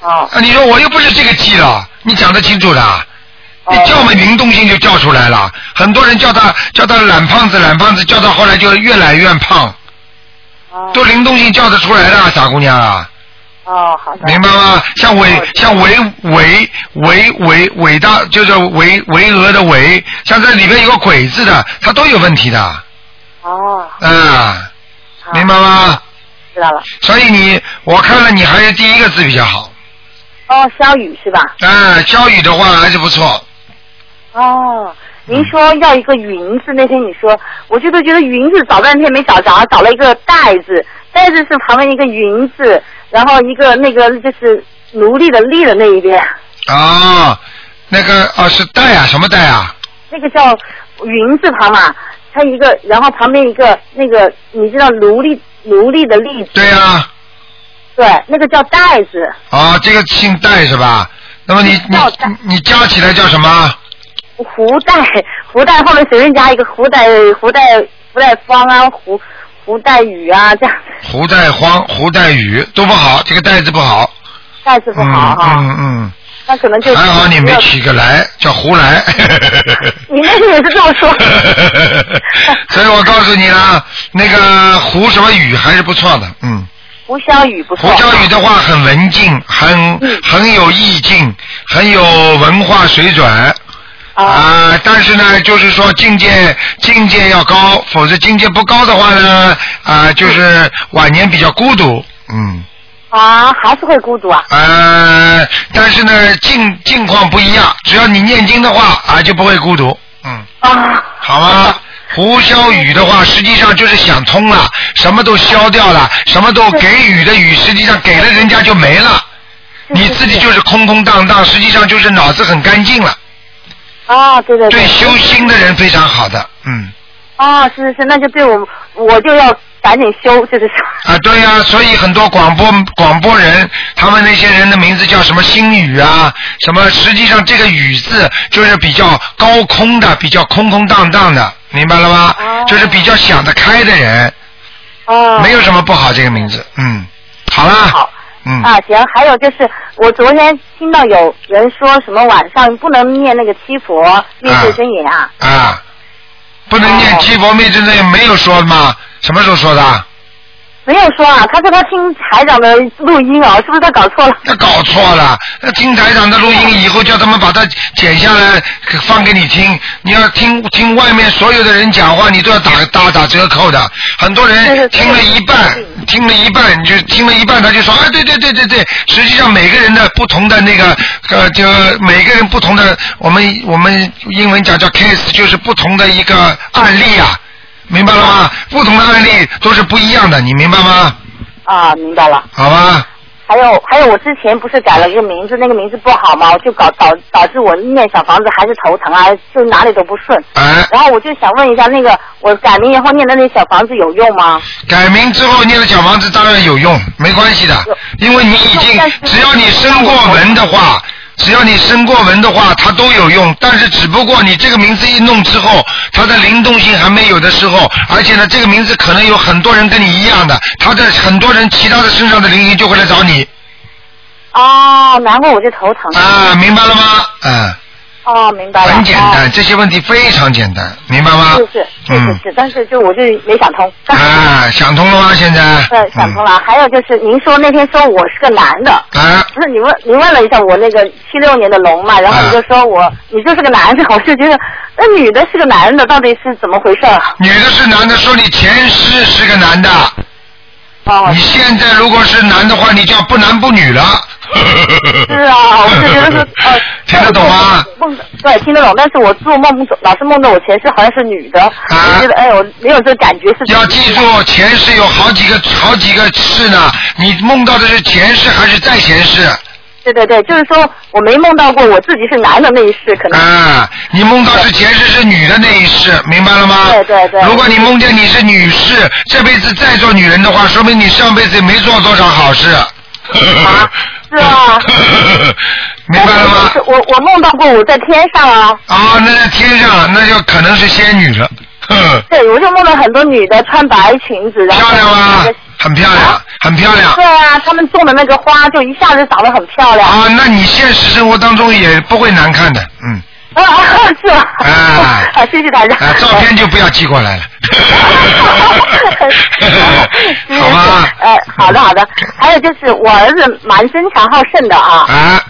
Speaker 9: 哦
Speaker 2: 啊，你说我又不是这个记了，你讲得清楚的。
Speaker 9: 哦
Speaker 2: 你叫嘛灵动性就叫出来了，很多人叫他叫他懒胖子，懒胖子叫到后来就越来越胖，都灵动性叫得出来的，傻姑娘啊，
Speaker 9: 哦，好的。哦
Speaker 2: 明白吗？像伟像伟伟伟伟伟大就是巍巍峨的巍，像这里面有个鬼字的，它都有问题的，
Speaker 9: 哦，
Speaker 2: 啊，明白吗？
Speaker 9: 知道了。
Speaker 2: 所以你我看了你还是第一个字比较好，
Speaker 9: 哦，肖雨是吧？
Speaker 2: 啊，教育的话还是不错，
Speaker 9: 哦，您说要一个云字，那天你说，我就都觉得云字找半天没找着，找了一个袋字，袋字是旁边一个云字，然后一个那个就是奴隶的隶的那一边，
Speaker 2: 啊、那个啊是带啊，什么带啊？
Speaker 9: 那个叫云字旁嘛，它一个，然后旁边一个那个你知道奴隶奴隶的隶，
Speaker 2: 对啊，
Speaker 9: 对，那个叫袋字，
Speaker 2: 啊，这个姓戴是吧？那么你你
Speaker 9: 叫戴
Speaker 2: 你加起来叫什么？
Speaker 9: 胡带胡带后面随便加一个胡带胡带胡带方啊胡胡带雨啊，这样
Speaker 2: 胡带荒、胡带雨都不好，这个带字不好。
Speaker 9: 带是不好哈、
Speaker 2: 嗯嗯
Speaker 9: 那可能就
Speaker 2: 嗯，还好你没起个来，叫胡来。
Speaker 9: 你那个也是这么说，
Speaker 2: 所以我告诉你啦，那个胡什么雨还是不错的，嗯。
Speaker 9: 胡小雨不
Speaker 2: 胡
Speaker 9: 错。嗯
Speaker 2: 椒雨的话很文静，很很有意境，很有文化水准。啊、但是呢，就是说境界境界要高，否则境界不高的话呢，啊、就是晚年比较孤独，嗯，
Speaker 9: 啊，还是会孤独啊。
Speaker 2: 呃，但是呢，境境况不一样，只要你念经的话，啊、就不会孤独，嗯，
Speaker 9: 啊，
Speaker 2: 好吗？胡消雨的话，实际上就是想通了，什么都消掉了，什么都给予的予，实际上给了人家就没了，你自己就是空空荡荡，实际上就是脑子很干净了。
Speaker 9: 啊，对对
Speaker 2: 对修心的人非常好的，嗯，
Speaker 9: 啊，是是是，那就对我我就要赶紧修，就是说
Speaker 2: 啊，对呀、所以很多广播广播人，他们那些人的名字叫什么心语啊，什么，实际上这个语字就是比较高空的，比较空空荡荡的，明白了吗？就是比较想得开的人，
Speaker 9: 哦，
Speaker 2: 没有什么不好这个名字，嗯，好啦，
Speaker 9: 好
Speaker 2: 嗯，
Speaker 9: 啊，行，还有就是，我昨天听到有人说什么晚上不能念那个七佛灭罪真言啊，
Speaker 2: 啊，不能念七佛灭罪真言，没有说吗？什么时候说的？啊
Speaker 9: 没有说啊，他说他听台长的录音啊，是不是他搞错了？
Speaker 2: 那搞错了，那听台长的录音以后，叫他们把它剪下来给放给你听。你要听听外面所有的人讲话，你都要打打打折扣的。很多人听了一半，听了一半，你就听了一半，他就说啊，对对对对对。实际上每个人的不同的那个呃，就每个人不同的，我们我们英文讲叫 case，就是不同的一个案例啊，明白了吗？不同的案例都是不一样的，你明白吗？
Speaker 9: 啊，明白了。
Speaker 2: 好吧，
Speaker 9: 还有还有，我之前不是改了一个名字，那个名字不好嘛，我就搞导导致我念小房子还是头疼啊，就哪里都不顺。
Speaker 2: 哎。
Speaker 9: 然后我就想问一下，那个我改名以后念的那小房子有用吗？
Speaker 2: 改名之后念的小房子当然有用，没关系的，因为你已经只要你升过文的话，只要你升过文的话，它都有用。但是只不过你这个名字一弄之后，它的灵动性还没有的时候，而且呢，这个名字可能有很多人跟你一样的，他的很多人其他的身上的灵性就会来找你
Speaker 9: 哦，难怪我就头疼。
Speaker 2: 啊，明白了吗？嗯，
Speaker 9: 哦，明白了。
Speaker 2: 很简
Speaker 9: 哦
Speaker 2: 单，这些问题非常简单，明白吗
Speaker 9: 是？是是是
Speaker 2: 嗯
Speaker 9: 是，但是就我就没想通。
Speaker 2: 啊，想通了吗？现在？
Speaker 9: 呃，想通了。还有就是，您说那天说我是个男的，
Speaker 2: 嗯。啊。
Speaker 9: 不是你问你问了一下我那个七六年的龙嘛，然后你就说我、你就是个男的，我就觉得 那女的是个男的，到底是怎么回事儿？啊
Speaker 2: 女的是男的，说你前世是个男的。
Speaker 9: 哦
Speaker 2: 你现在如果是男的话，你叫不男不女了。
Speaker 9: 是啊，我就觉得 是呃，
Speaker 2: 嗯听得懂吗？
Speaker 9: 梦的对听得懂，但是我做梦总老是梦到我前世好像是女的，我
Speaker 2: 啊
Speaker 9: 觉得哎呦没有这感觉是。
Speaker 2: 要记住，前世有好几个好几个世呢，你梦到的是前世还是在前世？
Speaker 9: 对对对，就是说我没梦到过我自己是男的那一世，可能。
Speaker 2: 啊，你梦到是前世是女的那一世，明白了吗？
Speaker 9: 对对对
Speaker 2: 如果你梦见你是女士，这辈子再做女人的话，说明你上辈子没做多少好事。
Speaker 9: 啊是啊
Speaker 2: 明白了吗？
Speaker 9: 但是我我梦到过我在天上啊，
Speaker 2: 啊，那在天上，那就可能是仙女了。 哼，
Speaker 9: 对，我就梦到很多女的穿白裙子，然后
Speaker 2: 漂亮吗
Speaker 9: 那个？
Speaker 2: 很漂亮，很漂亮
Speaker 9: 对。啊，她们种的那个花就一下子长得很漂亮。
Speaker 2: 啊，那你现实生活当中也不会难看的，嗯，
Speaker 9: 啊， 是吧？
Speaker 2: 啊
Speaker 9: 啊，谢谢大家。，
Speaker 2: 啊，照片就不要寄过来了 好吗？
Speaker 9: 呃，好的好的。还有就是我儿子蛮争强好胜的啊，
Speaker 2: 啊，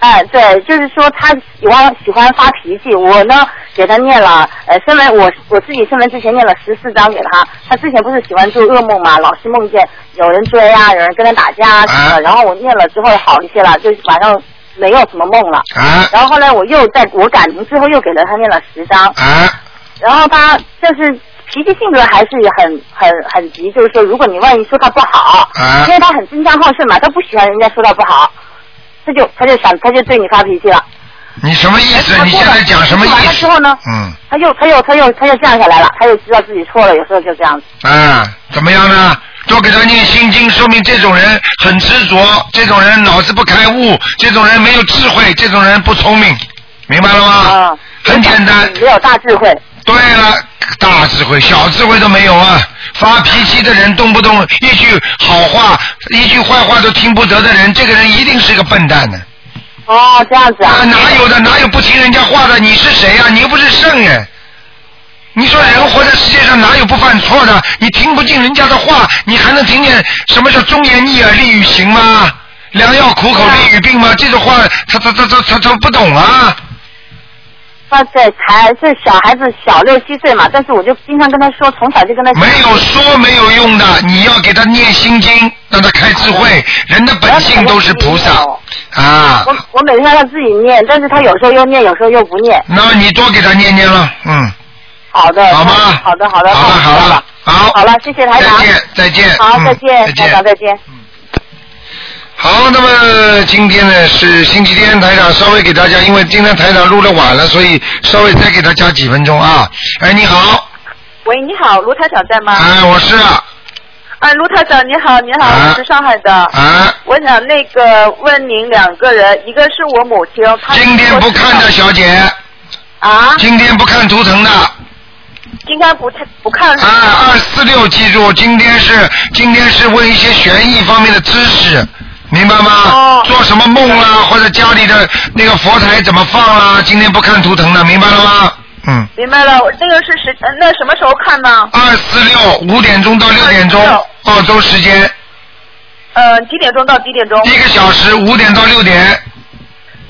Speaker 9: 哎、对，就是说他喜欢喜欢发脾气，我呢给他念了，呃，生文我我自己生文之前念了十四章给他，他之前不是喜欢做噩梦嘛，老是梦见有人追啊，有人跟他打架啊什么
Speaker 2: 啊
Speaker 9: 的，然后我念了之后好一些了，就晚上没有什么梦了。
Speaker 2: 啊，
Speaker 9: 然后后来我又在我感情之后又给了他念了十章，
Speaker 2: 啊，
Speaker 9: 然后他就是脾气性格还是很很很急，就是说，如果你万一说他不好，
Speaker 2: 啊
Speaker 9: 因为他很争强好胜嘛，他不喜欢人家说他不好，他就他就想他就对你发脾气了。
Speaker 2: 你什么意
Speaker 9: 哎
Speaker 2: 思？你现在讲什么意
Speaker 9: 完了
Speaker 2: 思
Speaker 9: 之？后呢，
Speaker 2: 嗯，
Speaker 9: 他又他又他又他又降下来了，他又知道自己错了，有时候就这样子。
Speaker 2: 啊，怎么样呢？多给他念心经，说明这种人很执着，这种人脑子不开悟，这种人没有智慧，这种人不聪明，明白了吗？
Speaker 9: 啊，
Speaker 2: 很简单，
Speaker 9: 没有大智慧。
Speaker 2: 对了，大智慧，小智慧都没有啊！发脾气的人，动不动一句好话，一句坏话都听不得的人，这个人一定是个笨蛋呢、
Speaker 9: 哦，这样子啊
Speaker 2: 啊，。哪有的？哪有不听人家话的？你是谁啊呀、你又不是圣人。你说人活在世界上哪有不犯错的？你听不进人家的话，你还能听见什么叫忠言逆耳利于行吗？良药苦口利于病吗？这种话他他他他他他不懂啊！
Speaker 9: 啊，对，才是小孩子小六七岁嘛，但是我就经常跟他说，从小就跟他
Speaker 2: 没有说没有用的，你要给他念心经，让他开智慧。人的本性都是菩萨啊，
Speaker 9: 我我每天让他自己念，但是他有时候又念，有时候又不念。
Speaker 2: 那么你多给他念念了，嗯，
Speaker 9: 好的，
Speaker 2: 好吗？
Speaker 9: 好的，好的，
Speaker 2: 好了
Speaker 9: 好
Speaker 2: 好了，好，
Speaker 9: 好了，谢谢台长
Speaker 2: 再。见，再见。
Speaker 9: 好，
Speaker 2: 嗯
Speaker 9: 再见，
Speaker 2: 再
Speaker 9: 台长，
Speaker 2: 见。
Speaker 9: 再见。
Speaker 2: 好，那么今天呢是星期天，台长稍微给大家，因为今天台长录的晚了，所以稍微再给他加几分钟啊。哎，你好，
Speaker 4: 喂，你好，卢台长在吗？
Speaker 2: 哎，我是啊，
Speaker 4: 哎，卢台长，你好，你好，
Speaker 2: 啊
Speaker 4: 我是上海的。
Speaker 2: 啊
Speaker 4: 我想那个问您两个人，一个是我母亲，她
Speaker 2: 今天不看的小姐，
Speaker 4: 啊，
Speaker 2: 今天不看图腾的啊，
Speaker 4: 今天不太不看是吧
Speaker 2: 二四六记住，今天是今天是问一些悬疑方面的知识。明白吗
Speaker 4: 哦？嗯
Speaker 2: 做什么梦啦，或者家里的那个佛台怎么放啦？今天不看图腾的，明白了吗？嗯。
Speaker 4: 明白了，那个是时，呃那什么时候看呢？
Speaker 2: 二四六五点钟到六点钟
Speaker 4: 26，
Speaker 2: 澳洲时间
Speaker 4: 呃，几点钟到几点钟？
Speaker 2: 一个小时五点到六点，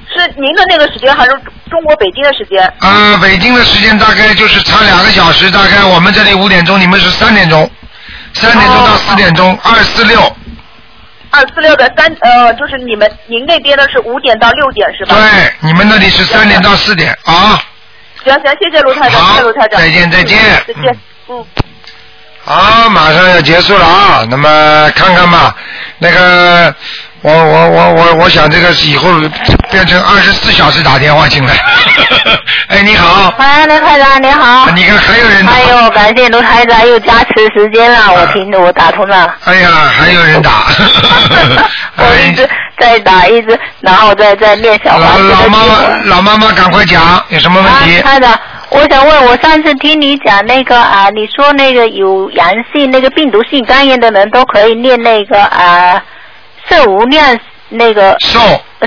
Speaker 4: 是您的那个时间还是中国北京的时间？
Speaker 2: 呃，北京的时间大概就是差两个小时，大概我们这里五点钟，你们是三点钟，三点钟到四点钟，二四六，
Speaker 4: 二四六的三，呃，就是你们您那边的是五点到六点是吧？
Speaker 2: 对，你们那里是三点到四点啊。
Speaker 4: 行行，谢谢卢台长，
Speaker 2: 好
Speaker 4: 谢谢卢台长，
Speaker 2: 再见再见
Speaker 4: 嗯再见
Speaker 2: 嗯，
Speaker 4: 嗯。
Speaker 2: 好，马上要结束了啊，那么看看吧，那个。我我我我我想这个以后变成二十四小时打电话进来。 哎，你好，啊
Speaker 10: 喂，刘台长，你好。
Speaker 2: 你看还有人打。啊
Speaker 10: 哎呦，感谢卢台长又加持时间了，我听我打通了。
Speaker 2: 哎呀，还有人 打，
Speaker 10: 我一
Speaker 2: 哎，
Speaker 10: 直在打，一直，然后再再练小
Speaker 2: 老
Speaker 10: 房子的
Speaker 2: 老
Speaker 10: 经
Speaker 2: 妈妈
Speaker 10: 文
Speaker 2: 老妈妈赶快讲，有什么问题？
Speaker 10: 啊，台长，我想问，我上次听你讲那个啊，你说那个有阳性那个病毒性肝炎的人都可以念那个啊，圣无量那个
Speaker 2: 瘦，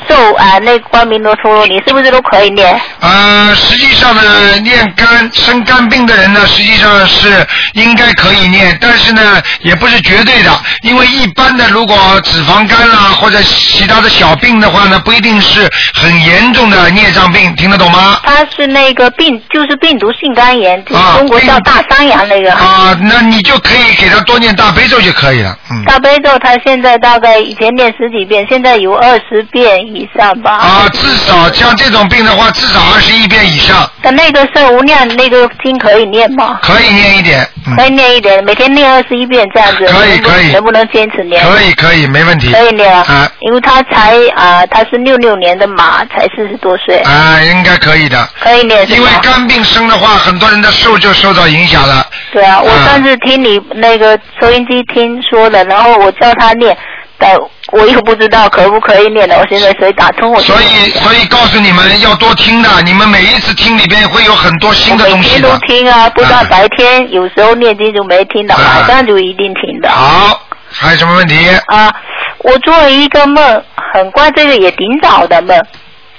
Speaker 10: 受啊那光明罗陀罗尼，是不是都可以念？
Speaker 2: 呃，实际上呢，念肝生肝病的人呢，实际上是应该可以念，但是呢，也不是绝对的，因为一般的如果脂肪肝啦、或者其他的小病的话呢，不一定是很严重的孽障病，听得懂吗？
Speaker 10: 它是那个病，就是病毒性肝炎，就是
Speaker 2: 啊
Speaker 10: 中国叫
Speaker 2: 病
Speaker 10: 大山羊那个。
Speaker 2: 啊、那你就可以给他多念大悲咒就可以了，嗯。
Speaker 10: 大悲咒，它现在大概以前念十几遍，现在有二十遍以上吧。
Speaker 2: 啊，至少像这种病的话，至少二十一遍以上，
Speaker 10: 但那个圣无量那个经可以念吗？
Speaker 2: 可以念一点。嗯
Speaker 10: 可以念一点，每天念二十一遍这样子。
Speaker 2: 可以
Speaker 10: 能不能
Speaker 2: 可以
Speaker 10: 能不能坚持念？
Speaker 2: 可以可以，没问题。
Speaker 10: 可以念
Speaker 2: 啊
Speaker 10: 啊，因为他才啊，他是六六年的马，才四十多 岁，
Speaker 2: 啊，应该可以的。
Speaker 10: 可以念是
Speaker 2: 因为
Speaker 10: 吗？
Speaker 2: 肝病生的话，很多人的寿就受到影响了。
Speaker 10: 对啊，我
Speaker 2: 啊
Speaker 10: 上次听你那个收音机听说的，然后我叫他念，但我又不知道可不可以念了。我现在谁打通我就
Speaker 2: 所以，所以告诉你们要多听的，你们每一次听里边会有很多新的东
Speaker 10: 我每
Speaker 2: 西
Speaker 10: 天
Speaker 2: 的
Speaker 10: 都。听啊，不
Speaker 2: 啊
Speaker 10: 但白天有时候念经就没听到，
Speaker 2: 啊
Speaker 10: 晚上就一定听的。
Speaker 2: 好，还有什么问题？
Speaker 10: 啊，我做了一个梦，很怪，这个也挺早的梦，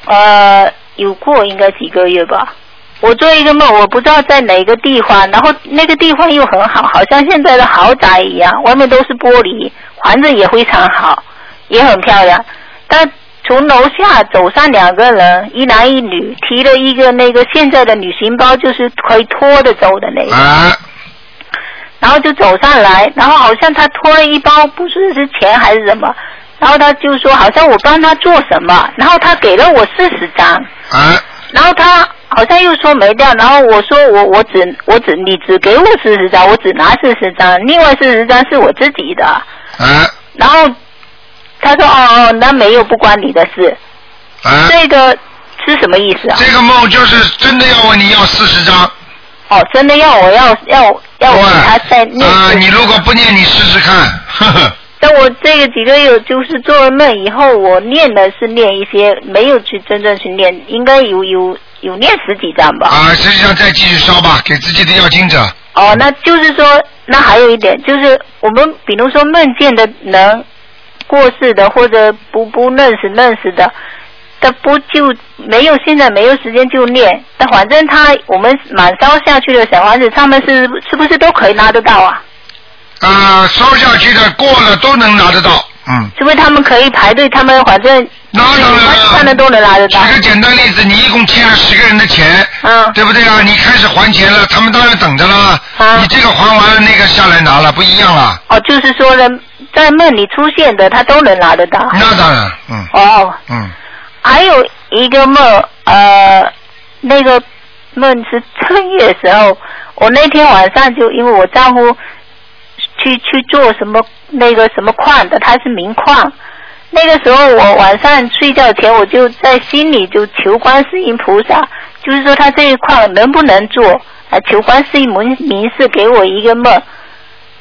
Speaker 10: 呃，有过应该几个月吧。我做一个梦，我不知道在哪个地方，然后那个地方又很好，好像现在的豪宅一样，外面都是玻璃，环境也非常好，也很漂亮。但从楼下走上两个人，一男一女，提了一个那个现在的旅行包，就是可以拖着走的那个。
Speaker 2: 啊，
Speaker 10: 然后就走上来，然后好像他拖了一包，不知是钱还是什么，然后他就说好像我帮他做什么，然后他给了我四十张，
Speaker 2: 啊，
Speaker 10: 然后他好像又说没掉，然后我说我我只我只你只给我四十张，我只拿四十张，另外四十张是我自己的，
Speaker 2: 啊，
Speaker 10: 然后他说哦哦，那没有不关你的事，
Speaker 2: 啊，
Speaker 10: 这个是什么意思啊？
Speaker 2: 这个梦就是真的要问你要四十张。
Speaker 10: 哦，真的要我要要要我给他再
Speaker 2: 对。
Speaker 10: 念
Speaker 2: 啊，
Speaker 10: 四十
Speaker 2: 你如果不念，你试试看。 呵呵。
Speaker 10: 但我这个几个月就是做了梦以后，我念的是念一些，没有去真正去念，应该有有有念十几张吧。
Speaker 2: 啊，实际上再继续烧吧，给自己的要经者。
Speaker 10: 哦，那就是说，那还有一点就是，我们比如说梦见的人过世的，或者不不认识认识的，他不就没有现在没有时间就念，但反正他我们满烧下去的小房子，他们是是不是都可以拿得到啊？
Speaker 2: 啊，烧下去的过了都能拿得到。嗯，
Speaker 10: 是不是他们可以排队？他们反正
Speaker 2: 那当然了，
Speaker 10: 看的都能拿得到。
Speaker 2: 举个简单例子，你一共欠了十个人的钱，
Speaker 10: 嗯，
Speaker 2: 对不对啊？你开始还钱了，他们当然等着啦。
Speaker 10: 嗯
Speaker 2: 你这个还完了，那个下来拿了，不一样了。
Speaker 10: 哦，就是说呢，在梦里出现的，他都能拿得到。
Speaker 2: 那当然，嗯
Speaker 10: 哦，
Speaker 2: 嗯，
Speaker 10: 还有一个梦，呃，那个梦是正月时候，我那天晚上就因为我丈夫去去做什么那个什么矿的，他是明矿。那个时候我晚上睡觉前，我就在心里就求观世音菩萨，就是说他这一块能不能做，啊，求观世音明明示给我一个梦。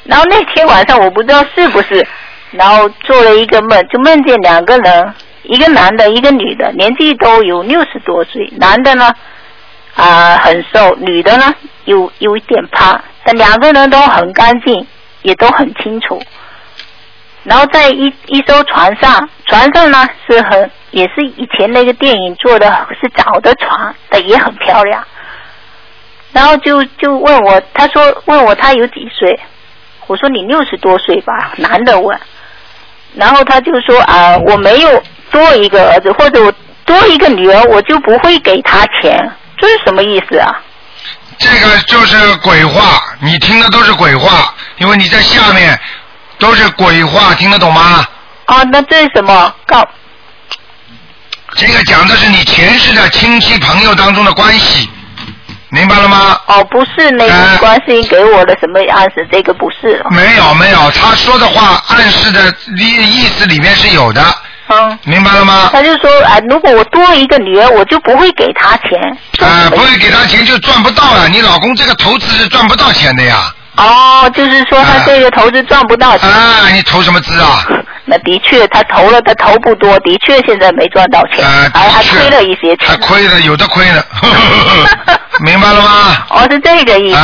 Speaker 10: 然后那天晚上我不知道是不是，然后做了一个梦，就梦见两个人，一个男的，一个女的，年纪都有六十多岁，男的呢啊、很瘦，女的呢有有一点胖，但两个人都很干净，也都很清楚。然后在一一艘船上，船上呢是很也是以前那个电影做的是早的船，但也很漂亮。然后就就问我，他说问我他有几岁，我说你六十多岁吧，男的问。然后他就说啊、我没有多一个儿子或者我多一个女儿，我就不会给他钱，这是什么意思啊？
Speaker 2: 这个就是鬼话，你听的都是鬼话，因为你在下面都是鬼话，听得懂吗？
Speaker 10: 啊，那这是什么？告
Speaker 2: 这个讲的是你前世的亲戚朋友当中的关系，明白了吗？
Speaker 10: 哦，不是那个观世音给我的什么暗示，这个不是。
Speaker 2: 没有没有，他说的话暗示的意意思里面是有的，
Speaker 10: 嗯，
Speaker 2: 明白了吗？
Speaker 10: 他就说啊、如果我多一个女儿，我就不会给他钱。
Speaker 2: 啊，不会给他钱就赚不到了。你老公这个投资是赚不到钱的呀。
Speaker 10: 哦，就是说他这个投资赚不到钱。
Speaker 2: 啊，你投什么资啊？
Speaker 10: 那的确，他投了，他投不多，的确现在没赚到钱，还哎还亏了一些
Speaker 2: 呃
Speaker 10: 钱。
Speaker 2: 还亏了，有的亏 了，明白了吗？
Speaker 10: 哦，是这个意思。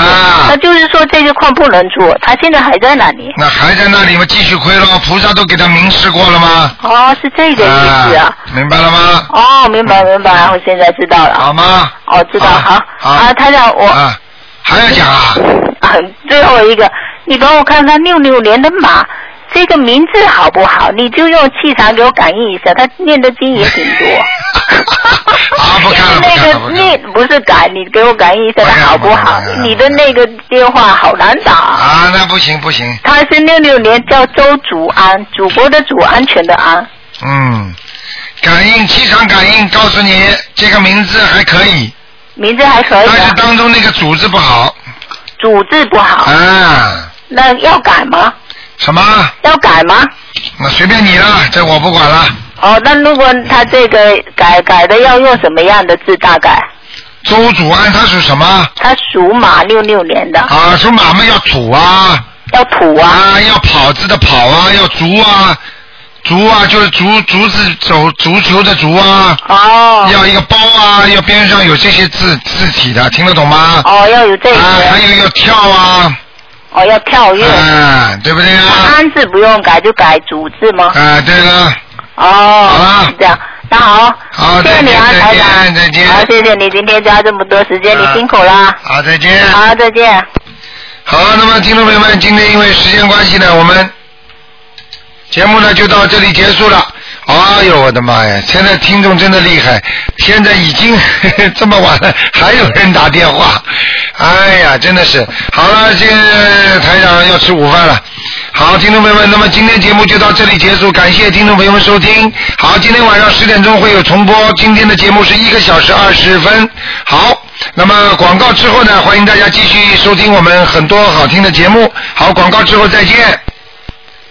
Speaker 10: 那就是说这个矿不能做，他现在还在那里。
Speaker 2: 那还在那里吗？继续亏了，菩萨都给他明示过了吗？
Speaker 10: 哦，是这个意思啊。
Speaker 2: 明白了吗？啊
Speaker 10: 哦，明白明白，我现在知道了。好
Speaker 2: 吗？
Speaker 10: 哦，知道好。啊，台长，我嗯
Speaker 2: 啊，还要讲 啊？
Speaker 10: 最后一个，你帮我看看六六年的马这个名字好不好？你就用气场给我感应一下，他念的经也挺 多。
Speaker 2: 啊
Speaker 10: 那个念不是感，你给我感应一下他好不好？你的那个电话好难打啊。
Speaker 2: 啊，那不行不行，
Speaker 10: 他是六六年叫周祖安，祖国的祖，安全的安。
Speaker 2: 嗯，感应气场感应，告诉你这个名字还可以，
Speaker 10: 名字还可以、
Speaker 2: 但
Speaker 10: 啊
Speaker 2: 是，当中那个组织不好。
Speaker 10: 组织不好。
Speaker 2: 啊，
Speaker 10: 那要改吗？
Speaker 2: 什么？
Speaker 10: 要改吗？
Speaker 2: 那随便你了，这我不管了。
Speaker 10: 哦，那如果他这个改改的要用什么样的字大概？
Speaker 2: 周祖安他属什么？
Speaker 10: 他属马，六六年的。
Speaker 2: 啊，属马嘛要土啊。
Speaker 10: 要土
Speaker 2: 啊。啊，要跑字的跑啊，要足啊，足啊就是足足字走足球的足啊。
Speaker 10: 哦。
Speaker 2: 要一个包啊，要边上有这些字字体的，听得懂吗？
Speaker 10: 哦，要有这
Speaker 2: 个。啊，还有要跳啊。
Speaker 10: 哦，要跳跃。
Speaker 2: 啊，对不对啊？
Speaker 10: 安字不用改，就改主字吗？
Speaker 2: 啊，对了。
Speaker 10: 哦。是这样。那好，
Speaker 2: 好，
Speaker 10: 谢谢你啊，台长，
Speaker 2: 再见啊
Speaker 10: 好，谢谢你今天加这么多时间，你辛苦啦。
Speaker 2: 好，再见。
Speaker 10: 好，再见。
Speaker 2: 好，那么听众朋友们，今天因为时间关系呢，我们节目呢就到这里结束了。哎呦，我的妈呀！现在听众真的厉害，现在已经 这么晚了，还有人打电话，哎呀，真的是。好了，这个台长要吃午饭了。好，听众朋友们，那么今天节目就到这里结束，感谢听众朋友们收听。好，今天晚上十点钟会有重播，今天的节目是一个小时二十分。好，那么广告之后呢，欢迎大家继续收听我们很多好听的节目。好，广告之后再见。